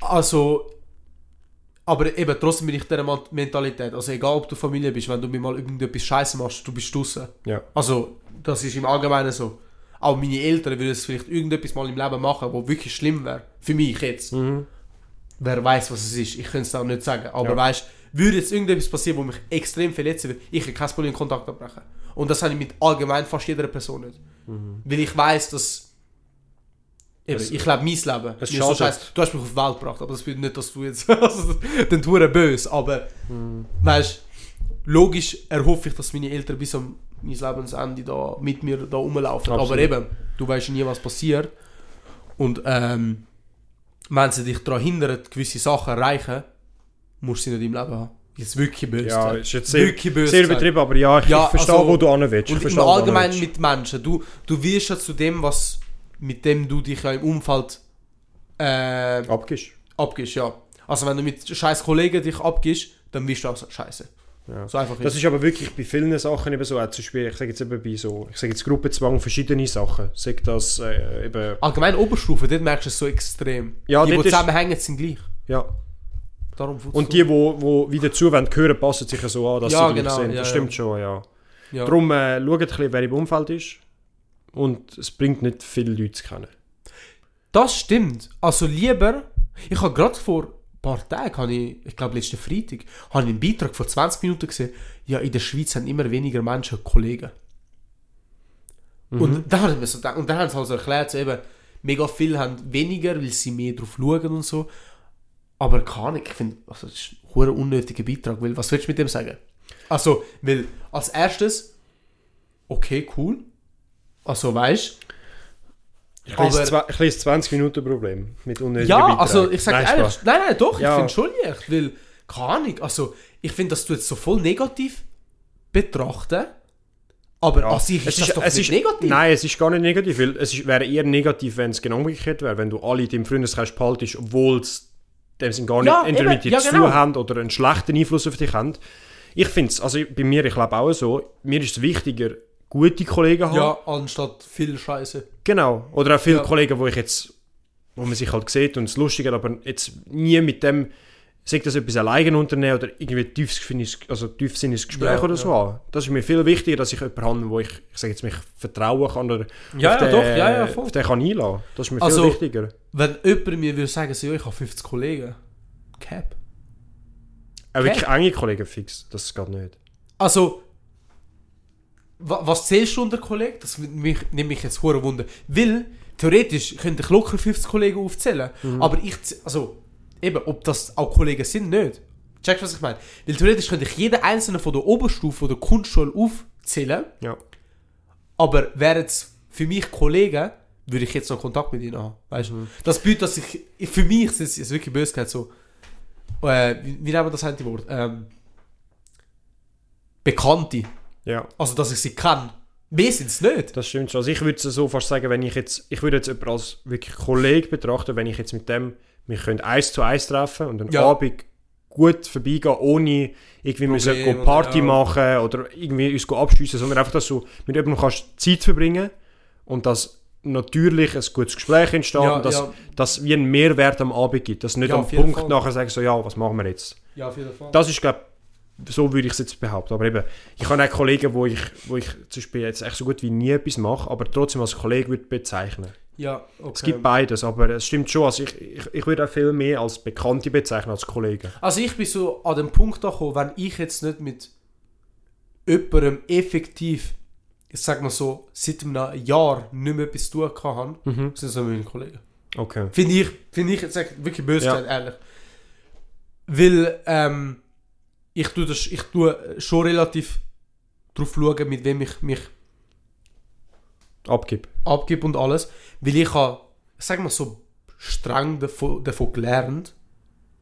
B: Also, aber eben trotzdem bin ich dieser Ma- Mentalität. Also egal, ob du Familie bist, wenn du mir mal irgendetwas Scheiße machst, du bist draußen.
A: Ja.
B: Also, das ist im Allgemeinen so. Auch meine Eltern würden es vielleicht irgendetwas mal im Leben machen, wo wirklich schlimm wäre. Für mich jetzt. Wer weiß, was es ist. Ich könnte es auch nicht sagen. Aber
A: Mhm. Ja.
B: weißt würde jetzt irgendetwas passieren, wo mich extrem verletzen würde, ich kann kein Problem in Kontakt abbrechen. Und das habe ich mit allgemein fast jeder Person nicht. Weil ich weiß, dass. Eben,
A: Mhm. Es-
B: ich lebe mein Leben.
A: es
B: Mir ist so
A: schadet.
B: scheiss- du hast mich auf die
A: Mhm.
B: Welt gebracht, aber das bedeutet nicht, dass du jetzt. also, dann tue böse. Aber. Weißt logisch erhoffe ich, dass meine Eltern bis am mein Lebensende da mit mir da rumlaufen. Aber
A: Absolut.
B: eben, du weißt nie, was passiert. Und ähm, wenn sie dich daran hindern, gewisse Sachen zu erreichen, musst du sie nicht im Leben haben. Jetzt wirklich böse.
A: Ja,
B: gesagt.
A: ist jetzt sehr,
B: Wirklich böse
A: sehr
B: gesagt.
A: betrieben, aber ja, ich,
B: Ja,
A: ich verstehe,
B: also-
A: wo du hin willst. Ich
B: Und im
A: verstehe, wo du hin
B: Allgemeinen
A: willst.
B: mit Menschen. Du, du wirst ja zu dem, was mit dem du dich ja im Umfeld äh,
A: Abgibst.
B: abgibst, ja. Also wenn du mit scheiß Kollegen dich abgibst, dann wirst du auch so scheiße.
A: Ja.
B: So einfach
A: Das ist aber wirklich bei vielen Sachen eben so, auch zum Beispiel, ich sage jetzt eben bei so, ich sage jetzt Gruppenzwang, verschiedene Sachen, sag das äh, eben,
B: Allgemein Oberstufe, dort merkst du es so extrem.
A: Ja,
B: die, die
A: dort ist-
B: zusammenhängen, sind gleich.
A: ja.
B: Darum futzt
A: Und die, wo, wo wieder zuwenden, hören, passen sich ja so an, dass
B: Ja,
A: sie gleich
B: genau,
A: sind.
B: ja,
A: das
B: ja.
A: stimmt schon, ja.
B: du. ja.
A: Darum äh, schaut ein bisschen, wer im Umfeld ist. Und es bringt nicht viele Leute zu kennen.
B: Das stimmt. Also lieber, ich habe gerade vor ein paar Tagen, habe ich, ich glaube letzten Freitag, habe ich einen Beitrag vor 20 Minuten gesehen, ja, in der Schweiz haben immer weniger Menschen Kollegen. Und, da haben wir so gedacht, und dann haben sie also erklärt, so eben, mega viele haben weniger, weil sie mehr drauf schauen und so. Aber keine Ahnung, ich finde, also, das ist ein hoher unnötiger Beitrag, weil was willst du mit dem sagen? Also, weil als erstes, okay, cool. Also, weißt du,
A: Ich lese,
B: Aber-
A: zwa- ich lese 20 Minuten Problem mit unnötigen
B: Ja,
A: Beiträgen.
B: also ich sage
A: Nein,
B: ehrlich,
A: Spaß.
B: nein, nein, doch,
A: Ja.
B: ich finde schon nicht, weil, keine Ahnung, also ich finde, dass du jetzt so voll negativ betrachten, aber
A: Ja.
B: an sich ist, das doch nicht negativ.
A: Nein, es ist gar nicht negativ, weil es ist, wäre eher negativ, wenn es genau umgekehrt wäre, wenn du alle in deinem Freundeskreis behaltest, obwohl es dem sind gar nicht
B: Ja,
A: entweder
B: eben,
A: mit dir
B: ja,
A: zu
B: genau.
A: tun haben oder einen schlechten Einfluss auf dich haben. Ich finde es, also bei mir, ich glaube auch so, mir ist es wichtiger, gute Kollegen haben.
B: Ja, anstatt viel Scheiße.
A: Genau. Oder auch viele
B: Ja.
A: Kollegen, wo ich jetzt, wo man sich halt sieht und es lustig hat, aber jetzt nie mit dem, sei das etwas alleine unternehmen oder irgendwie tiefsinniges, also tiefsinniges Gespräch
B: Ja,
A: oder so an. Das ist mir viel wichtiger, dass ich jemanden habe, wo ich, ich sage jetzt, mich vertrauen kann oder
B: Ja,
A: auf
B: ja,
A: den,
B: doch, ja, ja, voll.
A: auf den kann einladen. Das ist mir
B: Also-
A: viel wichtiger.
B: Wenn jemand mir würde sagen, so, ja, ich habe 50 Kollegen, Cap.
A: Auch wirklich enge Kollegen fix, das geht nicht.
B: Also, wa was zählst du unter Kollegen? Das nimmt mich, nimmt mich jetzt hure Wunder. Weil, theoretisch könnte ich locker 50 Kollegen aufzählen, aber ich, z- also, eben, ob das auch Kollegen sind, nicht. Checkst du, was ich meine? Weil theoretisch könnte ich jeden einzelnen von der Oberstufe oder Kunstschule aufzählen,
A: Ja.
B: aber wären es für mich Kollegen, würde ich jetzt noch Kontakt mit ihnen haben. Weißt du? Das bedeutet, dass ich, ich- für mich ist es ist wirklich böse gesagt, so, äh, wie, wie nennt man das eine Wort? Ähm, Bekannte.
A: Ja.
B: Also, dass ich sie kann. Mehr sind es nicht.
A: Das stimmt schon. Also ich würde es so fast sagen, wenn ich jetzt, ich würde jetzt jemanden als wirklich Kollege betrachten, wenn ich jetzt mit dem, wir können eins zu eins treffen und einen
B: Ja.
A: Abend gut vorbeigehen, ohne irgendwie müssen
B: Problem
A: go Party
B: oder-
A: machen oder irgendwie uns go abschiessen, sondern einfach, dass du mit jemandem kannst Zeit verbringen und dass natürlich ein gutes Gespräch entsteht
B: Ja,
A: und dass,
B: ja.
A: dass wie ein Mehrwert am Abend gibt, dass nicht
B: Ja,
A: am
B: auf jeden
A: Punkt
B: Fall.
A: nachher sagen so, ja, was machen wir jetzt?
B: Ja, auf jeden Fall.
A: Das ist, glaube so würde ich es jetzt behaupten. Aber eben, ich habe auch Kollegen, wo ich, wo ich zum Beispiel jetzt echt so gut wie nie etwas mache, aber trotzdem als Kollege würde bezeichnen.
B: ja, okay.
A: Es gibt beides, aber es stimmt schon. Also ich, ich, ich würde auch viel mehr als Bekannte bezeichnen als Kollegen.
B: also, ich bin so an dem Punkt angekommen, wenn ich jetzt nicht mit jemandem effektiv, ich sag mal so, seit einem Jahr nicht mehr etwas zu tun gehabt habe, sind es noch meine Kollegen.
A: Okay.
B: Finde ich, finde ich jetzt echt wirklich böse,
A: Ja.
B: gesagt, ehrlich. Weil ähm, ich tue das, ich tue schon relativ drauf schauen, mit wem ich mich
A: Abgib.
B: abgebe und alles, weil ich habe, sag mal so, streng davon, davon gelernt.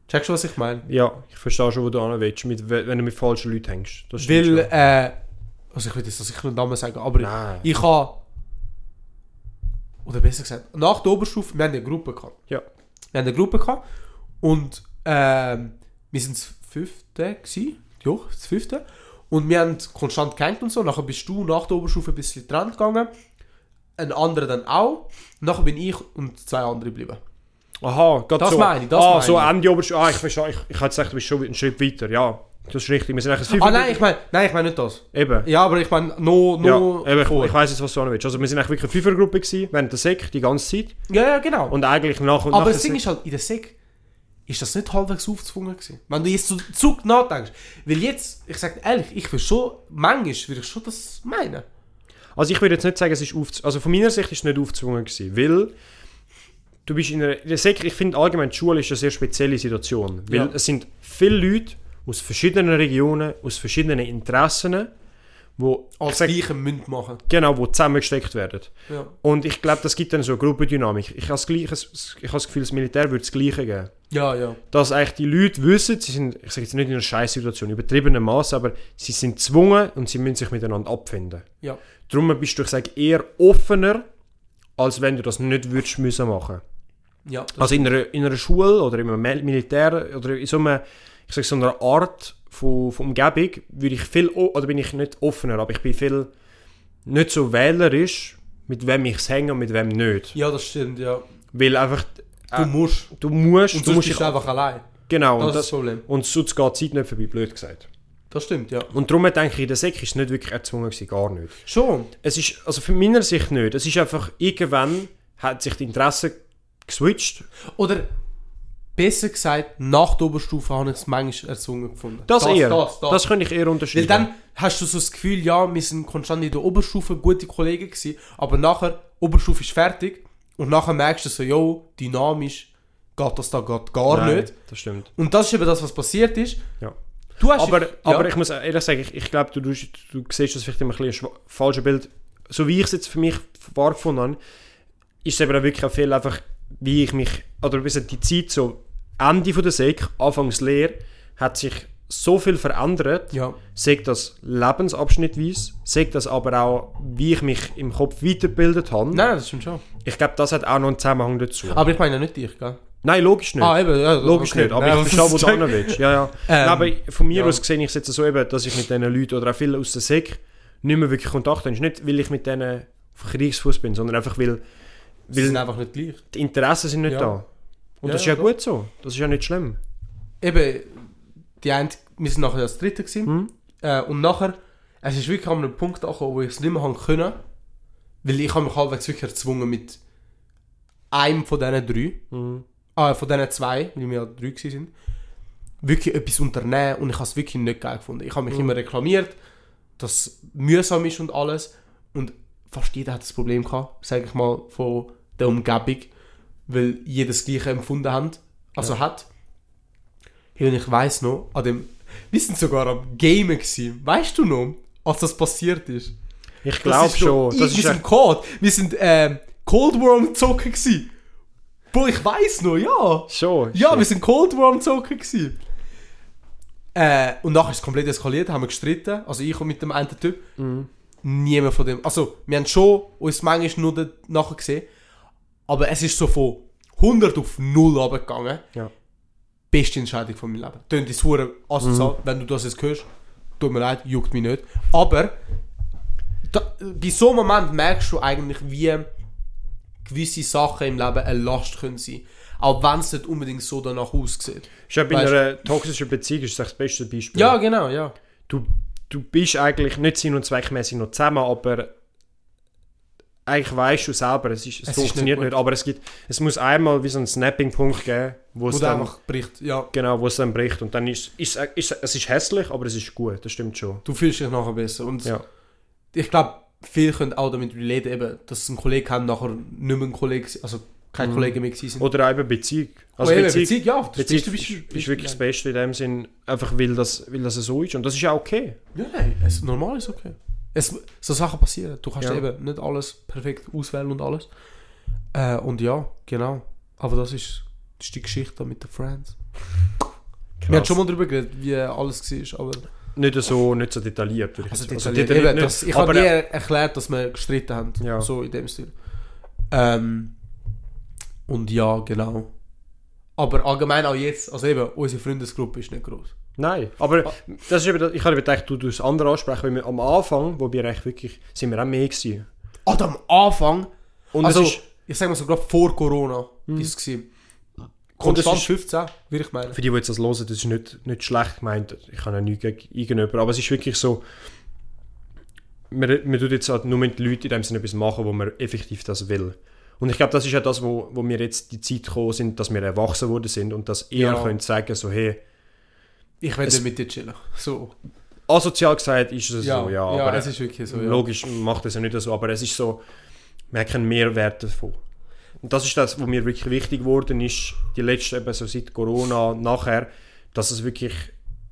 B: Checkst du, was ich meine?
A: Ja, ich verstehe schon, wo du hin willst, mit, we- wenn du mit falschen Leuten hängst. Das stimmt
B: Weil,
A: schon.
B: äh, also ich will jetzt das sicher nicht Namen sagen, aber
A: Nein.
B: ich habe, oder besser gesagt, nach der Oberstufe, wir haben eine Gruppe gehabt.
A: Ja.
B: Wir haben eine Gruppe gehabt und ähm, wir sind das fünfte gsi, ja, das fünfte. Und wir haben konstant gehängt und so. Nachher bist du nach der Oberstufe ein bisschen dran gegangen. Ein anderer dann auch. Nachher bin ich und zwei andere geblieben.
A: Aha, gerade
B: Das
A: so.
B: meine ich, das
A: ah,
B: meine
A: so
B: ich.
A: Ende Oberstufe. Ah, ich verstehe. Ich, ich hätte gesagt, du bist schon einen Schritt weiter. Ja, das ist richtig. Wir sind eigentlich ein
B: Ah
A: Fünfer-
B: nein, ich meine, nein, ich meine nicht das.
A: Eben.
B: Ja, aber ich meine, no,
A: Ja,
B: no.
A: eben, ich,
B: vor.
A: ich weiss jetzt, was du hin willst. Also wir sind eigentlich wirklich eine Fünfergruppe gewesen, während der Sek, die ganze Zeit.
B: ja, ja, genau.
A: Und eigentlich nach und nach...
B: aber das
A: der
B: Ding ist halt, in der Sek ist das nicht halbwegs aufzwungen gewesen. Wenn du jetzt so Zug nachdenkst. Weil jetzt, ich sag dir ehrlich, ich will schon, manchmal würde ich schon das meinen.
A: Sek- Also ich würde jetzt nicht sagen, es ist auf, Also von meiner Sicht ist es nicht aufgezwungen gewesen, weil... Du bist in einer... In der Sek, ich finde allgemein, die Schule ist eine sehr spezielle Situation. Weil
B: Ja.
A: es sind viele Leute, aus verschiedenen Regionen, aus verschiedenen Interessen, wo
B: Als
A: sag-
B: gleichen Münd machen.
A: genau, wo zusammengesteckt werden.
B: Ja.
A: Und ich glaube, das gibt dann so eine Gruppendynamik. Ich habe das, Gleiche- ich habe das Gefühl, das Militär würde das Gleiche geben.
B: ja, ja.
A: Dass eigentlich die Leute wissen, sie sind, ich sage jetzt nicht in einer Scheißsituation, übertriebenem Maß, aber sie sind gezwungen und sie müssen sich miteinander abfinden.
B: Ja.
A: Darum bist du, ich sage, eher offener, als wenn du das nicht würdest müssen machen.
B: ja das
A: Also in einer, in einer Schule oder im Mil- Militär oder in so einer, ich sag, so einer Art von, von Umgebung würde ich viel, o- oder bin ich nicht offener, aber ich bin viel nicht so wählerisch, mit wem ich es hänge und mit wem nicht.
B: Ja, das stimmt, ja. Du
A: Weil einfach, äh,
B: musst.
A: du musst,
B: Und
A: du
B: du
A: musst
B: bist
A: dich,
B: du einfach allein.
A: genau,
B: Das,
A: und,
B: ist das
A: das,
B: Problem.
A: und sonst geht die Zeit nicht vorbei, blöd gesagt.
B: Das stimmt, ja.
A: Und darum denke ich, in der Sek ist es nicht wirklich erzwungen gewesen, gar nicht.
B: Schon.
A: Es ist, also von meiner Sicht nicht, es ist einfach, irgendwann hat sich die Interesse geswitcht.
B: Oder besser gesagt, nach der Oberstufe habe ich es manchmal erzwungen gefunden.
A: Das, eher,
B: Das, das.
A: das könnte ich eher
B: Weil
A: unterschreiben.
B: dann hast du so das Gefühl, ja, wir sind konstant in der Oberstufe gute Kollegen gewesen, aber nachher, Oberstufe ist fertig und nachher merkst du so, jo, dynamisch geht das da grad gar
A: Nein,
B: nicht.
A: Das stimmt.
B: Und das ist eben das, was passiert ist.
A: Ja.
B: Du hast
A: Aber,
B: ja,
A: aber ich muss ehrlich sagen, ich, ich glaube, du, du, du siehst das vielleicht immer ein bisschen schwa- falsches Bild. So wie ich es jetzt für mich wahrgefunden habe, ist es eben auch wirklich auch viel einfach, wie ich mich, oder bis die Zeit so, Ende von der Sek, Anfangs Lehre, hat sich so viel verändert.
B: ja,
A: Sei das lebensabschnittweise, sei das aber auch, wie ich mich im Kopf weitergebildet habe.
B: nein, das stimmt schon.
A: Ich glaube, das hat auch noch einen Zusammenhang dazu.
B: Aber ich meine ja nicht dich, gell?
A: Nein, logisch nicht.
B: Ah, eben, ja,
A: Logisch
B: okay.
A: nicht, aber
B: Nein,
A: ich verstehe, wo du
B: check.
A: hin willst. Ja, ja.
B: Ähm,
A: Nein, aber von mir
B: ja.
A: aus sehe ich es jetzt so eben, dass ich mit diesen Leuten oder auch vielen aus der SEC nicht mehr wirklich Kontakt habe. Ist Nicht, weil ich mit denen auf Kriegsfuß bin, sondern einfach, weil
B: Wir sind einfach nicht gleich.
A: die Interessen sind nicht
B: Ja.
A: da. Und
B: Ja,
A: das ist
B: ja,
A: ja gut so. Das ist ja nicht schlimm.
B: Eben, die eine, wir sind nachher das dritte gewesen.
A: Hm?
B: Äh, und nachher, es ist wirklich an einem Punkt angekommen, wo ich es nicht mehr haben können. Weil ich habe mich halbwegs wirklich erzwungen mit einem von diesen drei,
A: Mhm.
B: äh, von diesen zwei, weil wir ja drei gewesen sind, wirklich etwas unternehmen und ich habe es wirklich nicht geil gefunden. Ich habe
A: Mhm.
B: mich immer reklamiert, dass es mühsam ist und alles. Und fast jeder hat das Problem gehabt, sage ich mal, von der Umgebung, weil jeder das Gleiche empfunden hat, also hat. Hey, und ich weiss noch, an dem, wir sind sogar am Gamen gewesen. Weißt du noch, als das passiert ist?
A: Ich glaube schon. Das ist
B: wir
A: ja,
B: sind Code. Wir sind ähm, Cold War am Zocken gewesen. Boah, ich weiss noch, ja.
A: schon.
B: Ja, wir sind Cold War am Zocken gewesen. Äh, und nachher ist es komplett eskaliert, haben wir gestritten. Also ich und mit dem einen Typ. Niemand von dem. Also, wir haben schon uns manchmal nur dort nachher gesehen. Aber es ist so von 100 auf 0 runtergegangen.
A: Ja.
B: Beste Entscheidung von meinem Leben. Tönt ins Huren asozial, wenn du das jetzt hörst. Tut mir leid, juckt mich nicht. Aber da, bei so einem Moment merkst du eigentlich, wie gewisse Sachen im Leben eine Last können sein. Auch wenn es nicht unbedingt so danach aussieht.
A: Ist ja bei
B: Weißt-
A: einer toxischen Beziehung ist das das beste Beispiel.
B: Ja, genau, ja.
A: du, du bist eigentlich nicht sinn- und zweckmäßig noch zusammen, aber eigentlich weißt du selber, es, ist, es,
B: ist
A: funktioniert
B: nicht
A: nicht, aber es, gibt, es muss einmal wie so einen Snapping-Punkt geben, wo es
B: Wo du
A: dann,
B: einfach bricht. Ja,
A: genau, wo es dann bricht und dann ist, ist, ist es ist hässlich, aber es ist gut, das stimmt schon.
B: du fühlst dich nachher besser. Und
A: Ja.
B: ich glaube, viele können auch damit relate, eben, dass ein Kollege haben, nachher nicht mehr ein Kollege, also kein Kollege mehr gewesen sind.
A: Oder auch eben Beziehung. Also
B: Also eben,
A: Mhm. Beziehung,
B: Beziehung, ja, das
A: Beziehung
B: Beste
A: ist,
B: bist du-
A: ist
B: bist du
A: wirklich das Beste in dem Sinn, einfach weil das, weil das so ist und das ist ja okay.
B: Ja, nein, es ist normal, ist okay. Es, so Sachen passieren. Du kannst
A: Ja.
B: eben nicht alles perfekt auswählen und alles. Äh, und ja, genau. Aber das ist, das ist die Geschichte da mit den Friends. Wir haben schon mal darüber geredet, wie alles war, aber...
A: Nicht so, nicht so detailliert. würde ich
B: Also,
A: jetzt-
B: detailliert eben,
A: nicht,
B: das, ich
A: aber
B: habe dir erklärt, dass wir gestritten haben.
A: Ja.
B: So in dem Stil. Ähm, und ja, genau. Aber allgemein auch jetzt, also eben, unsere Freundesgruppe ist nicht groß.
A: Nein, aber das ist eben, das- ich habe eben gedacht, du tust das andere ansprechen, weil wir am Anfang, wo wir eigentlich wirklich, sind wir auch mehr gewesen.
B: Und Also am Anfang,
A: Und
B: also
A: es ist, Mhm.
B: ich sag mal so, gerade vor Corona ist es gewesen.
A: Und es
B: Konstant
A: ist-
B: 15, würde ich meinen.
A: für die, die jetzt das hören, das ist nicht, nicht schlecht gemeint, ich habe ja nichts gegen irgendjemanden, aber es ist wirklich so, man, man tut jetzt halt nur mit den Leuten in dem Sinne etwas machen, wo man effektiv das will. Und ich glaube, das ist ja das, wo, wo wir jetzt die Zeit gekommen sind, dass wir erwachsen worden sind und dass ihr
B: Ja.
A: könnt sagen, so hey,
B: Ich werde
A: Es-
B: mit dir chillen. So.
A: asozial gesagt ist es
B: Ja,
A: so,
B: ja,
A: ja, aber
B: es ist wirklich so. Ja.
A: Logisch macht es ja nicht so, aber es ist so, man hat keinen Mehrwert davon. Und das ist das, was mir wirklich wichtig geworden ist, die letzten, eben so seit Corona, nachher, dass es wirklich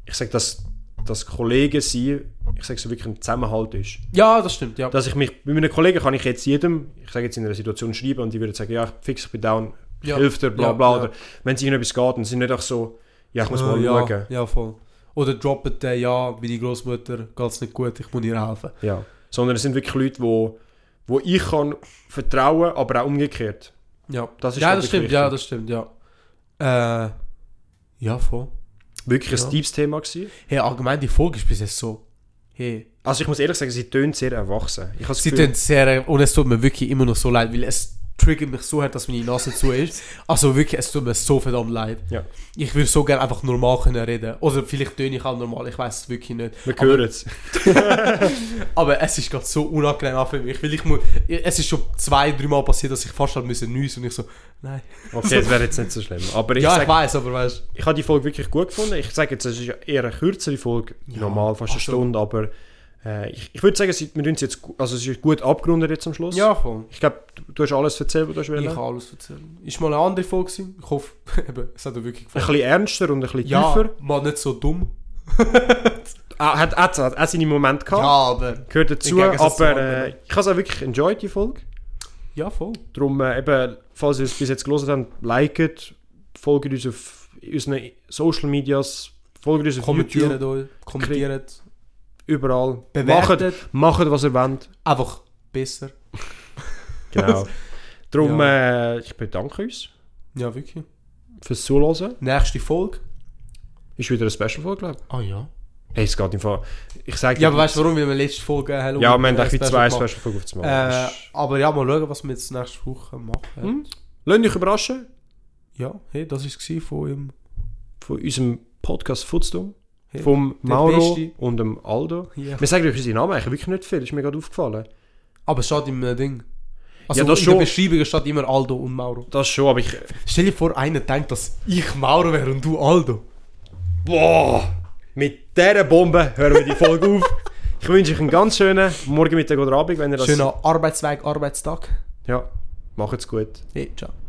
A: ich sage, dass das Kollegen sein, ich sage so wirklich ein Zusammenhalt ist.
B: Ja, das stimmt, ja.
A: Dass ich mich, bei meinen Kollegen kann ich jetzt jedem, ich sage jetzt in einer Situation schreiben und die würden sagen, ja, ich fix, ich bin down, ich
B: Ja.
A: helfe dir,
B: Ja,
A: bla bla.
B: ja.
A: Oder wenn es irgendetwas geht, dann sind nicht auch so, ja, ich muss
B: Ah,
A: mal
B: ja,
A: schauen.
B: Ja, voll. Oder droppen den, ja, meine Großmutter geht es nicht gut, ich muss ihr helfen.
A: Ja. Sondern es sind wirklich Leute, wo, wo ich kann vertrauen, aber auch umgekehrt.
B: Ja,
A: Das ist
B: ja,
A: wirklich
B: das stimmt,
A: wichtig.
B: ja, das stimmt, ja. Äh, ja, voll.
A: Wirklich
B: Ja.
A: ein deepes Thema gewesen.
B: Hey, allgemein, die Folge ist bis jetzt so. Hey,
A: Also ich muss ehrlich sagen, sie tönt sehr erwachsen. Ich habe das
B: Sie
A: Gefühl-
B: tun sehr, und es tut mir wirklich immer noch so leid, weil es triggert mich so hart, dass meine Nase zu ist. Also wirklich, es tut mir so verdammt leid.
A: Ja.
B: Ich würde so gerne einfach normal können reden. Oder vielleicht töne ich auch normal, ich weiß es wirklich nicht.
A: wir hören es.
B: Aber es ist gerade so unangenehm auch für mich, weil ich muss, es ist schon zwei, dreimal passiert, dass ich fast halt müssen nüssen und ich so, nein.
A: Okay, das wäre jetzt nicht so schlimm. Aber ich
B: ja,
A: sag-
B: ich weiß, aber weißt
A: ich habe die Folge wirklich gut gefunden. Ich sage jetzt, es ist ja eher eine kürzere Folge, normal fast eine
B: also-
A: Stunde, aber äh, ich, ich würde sagen, sie- wir tun es jetzt, gu- also es ist gut abgerundet jetzt am Schluss.
B: voll.
A: Ich glaube, du, du hast alles erzählt, was du
B: Ich
A: willst.
B: kann alles erzählen. Ist mal eine andere Folge gewesen. Ich hoffe, eben, es hat dir wirklich
A: Ein
B: gefallen.
A: bisschen ernster und ein bisschen
B: Ja,
A: tiefer.
B: mal nicht so dumm.
A: Ah, hat, hat, hat auch seine Momente
B: Ja,
A: gehabt.
B: aber...
A: Gehört dazu,
B: Im Gegensatz zu
A: aber äh,
B: anderen.
A: ich habe es auch wirklich enjoyed, die Folge.
B: Ja, voll.
A: Darum, äh, eben, falls ihr es bis jetzt gelesen habt, liket, folgt uns auf unseren Social Medias, folgt uns auf YouTube,
B: Kommentiert euch, kommentiert,
A: überall. Macht,
B: bewertet.
A: macht, was ihr wollt.
B: Einfach besser.
A: Genau. Darum, äh, ich bedanke uns
B: Ja, wirklich.
A: fürs Zuhören.
B: Nächste Folge.
A: Ist wieder eine Special-Folge, glaube
B: Ah ja.
A: ich. Hey, es geht im Fall. Ich sage
B: Ja, aber weißt du warum? Weil wir letzte Folge äh, Halloween
A: Ja, wir haben
B: äh,
A: echt wie
B: Special
A: zwei
B: gemacht.
A: Special-Folgen auf das
B: Äh,
A: Mal.
B: aber ja, mal schauen, was wir jetzt nächste Woche machen.
A: Hm? Lasst euch überraschen
B: Ja, hey, das war es von ihm.
A: von unserem Podcast Footstorm.
B: Hey,
A: vom
B: der
A: Mauro
B: Beste.
A: und dem Aldo.
B: Ja.
A: Wir sagen euch unsere Namen eigentlich wirklich nicht viel, ist mir gerade aufgefallen.
B: Aber steht im äh, Ding. Also
A: Ja, das
B: in
A: schon.
B: der Beschreibung steht immer Aldo und Mauro.
A: Das schon, aber ich.
B: Stell dir vor, einer denkt, dass ich Mauro wäre und du Aldo.
A: Boah! Mit dieser Bombe hören wir die Folge auf. Ich wünsche euch einen ganz schönen Morgen, Mittag oder Abend, wenn ihr das.
B: Schöner Arbeitsweg, Arbeitstag.
A: Ja, macht's gut.
B: Hey, ciao.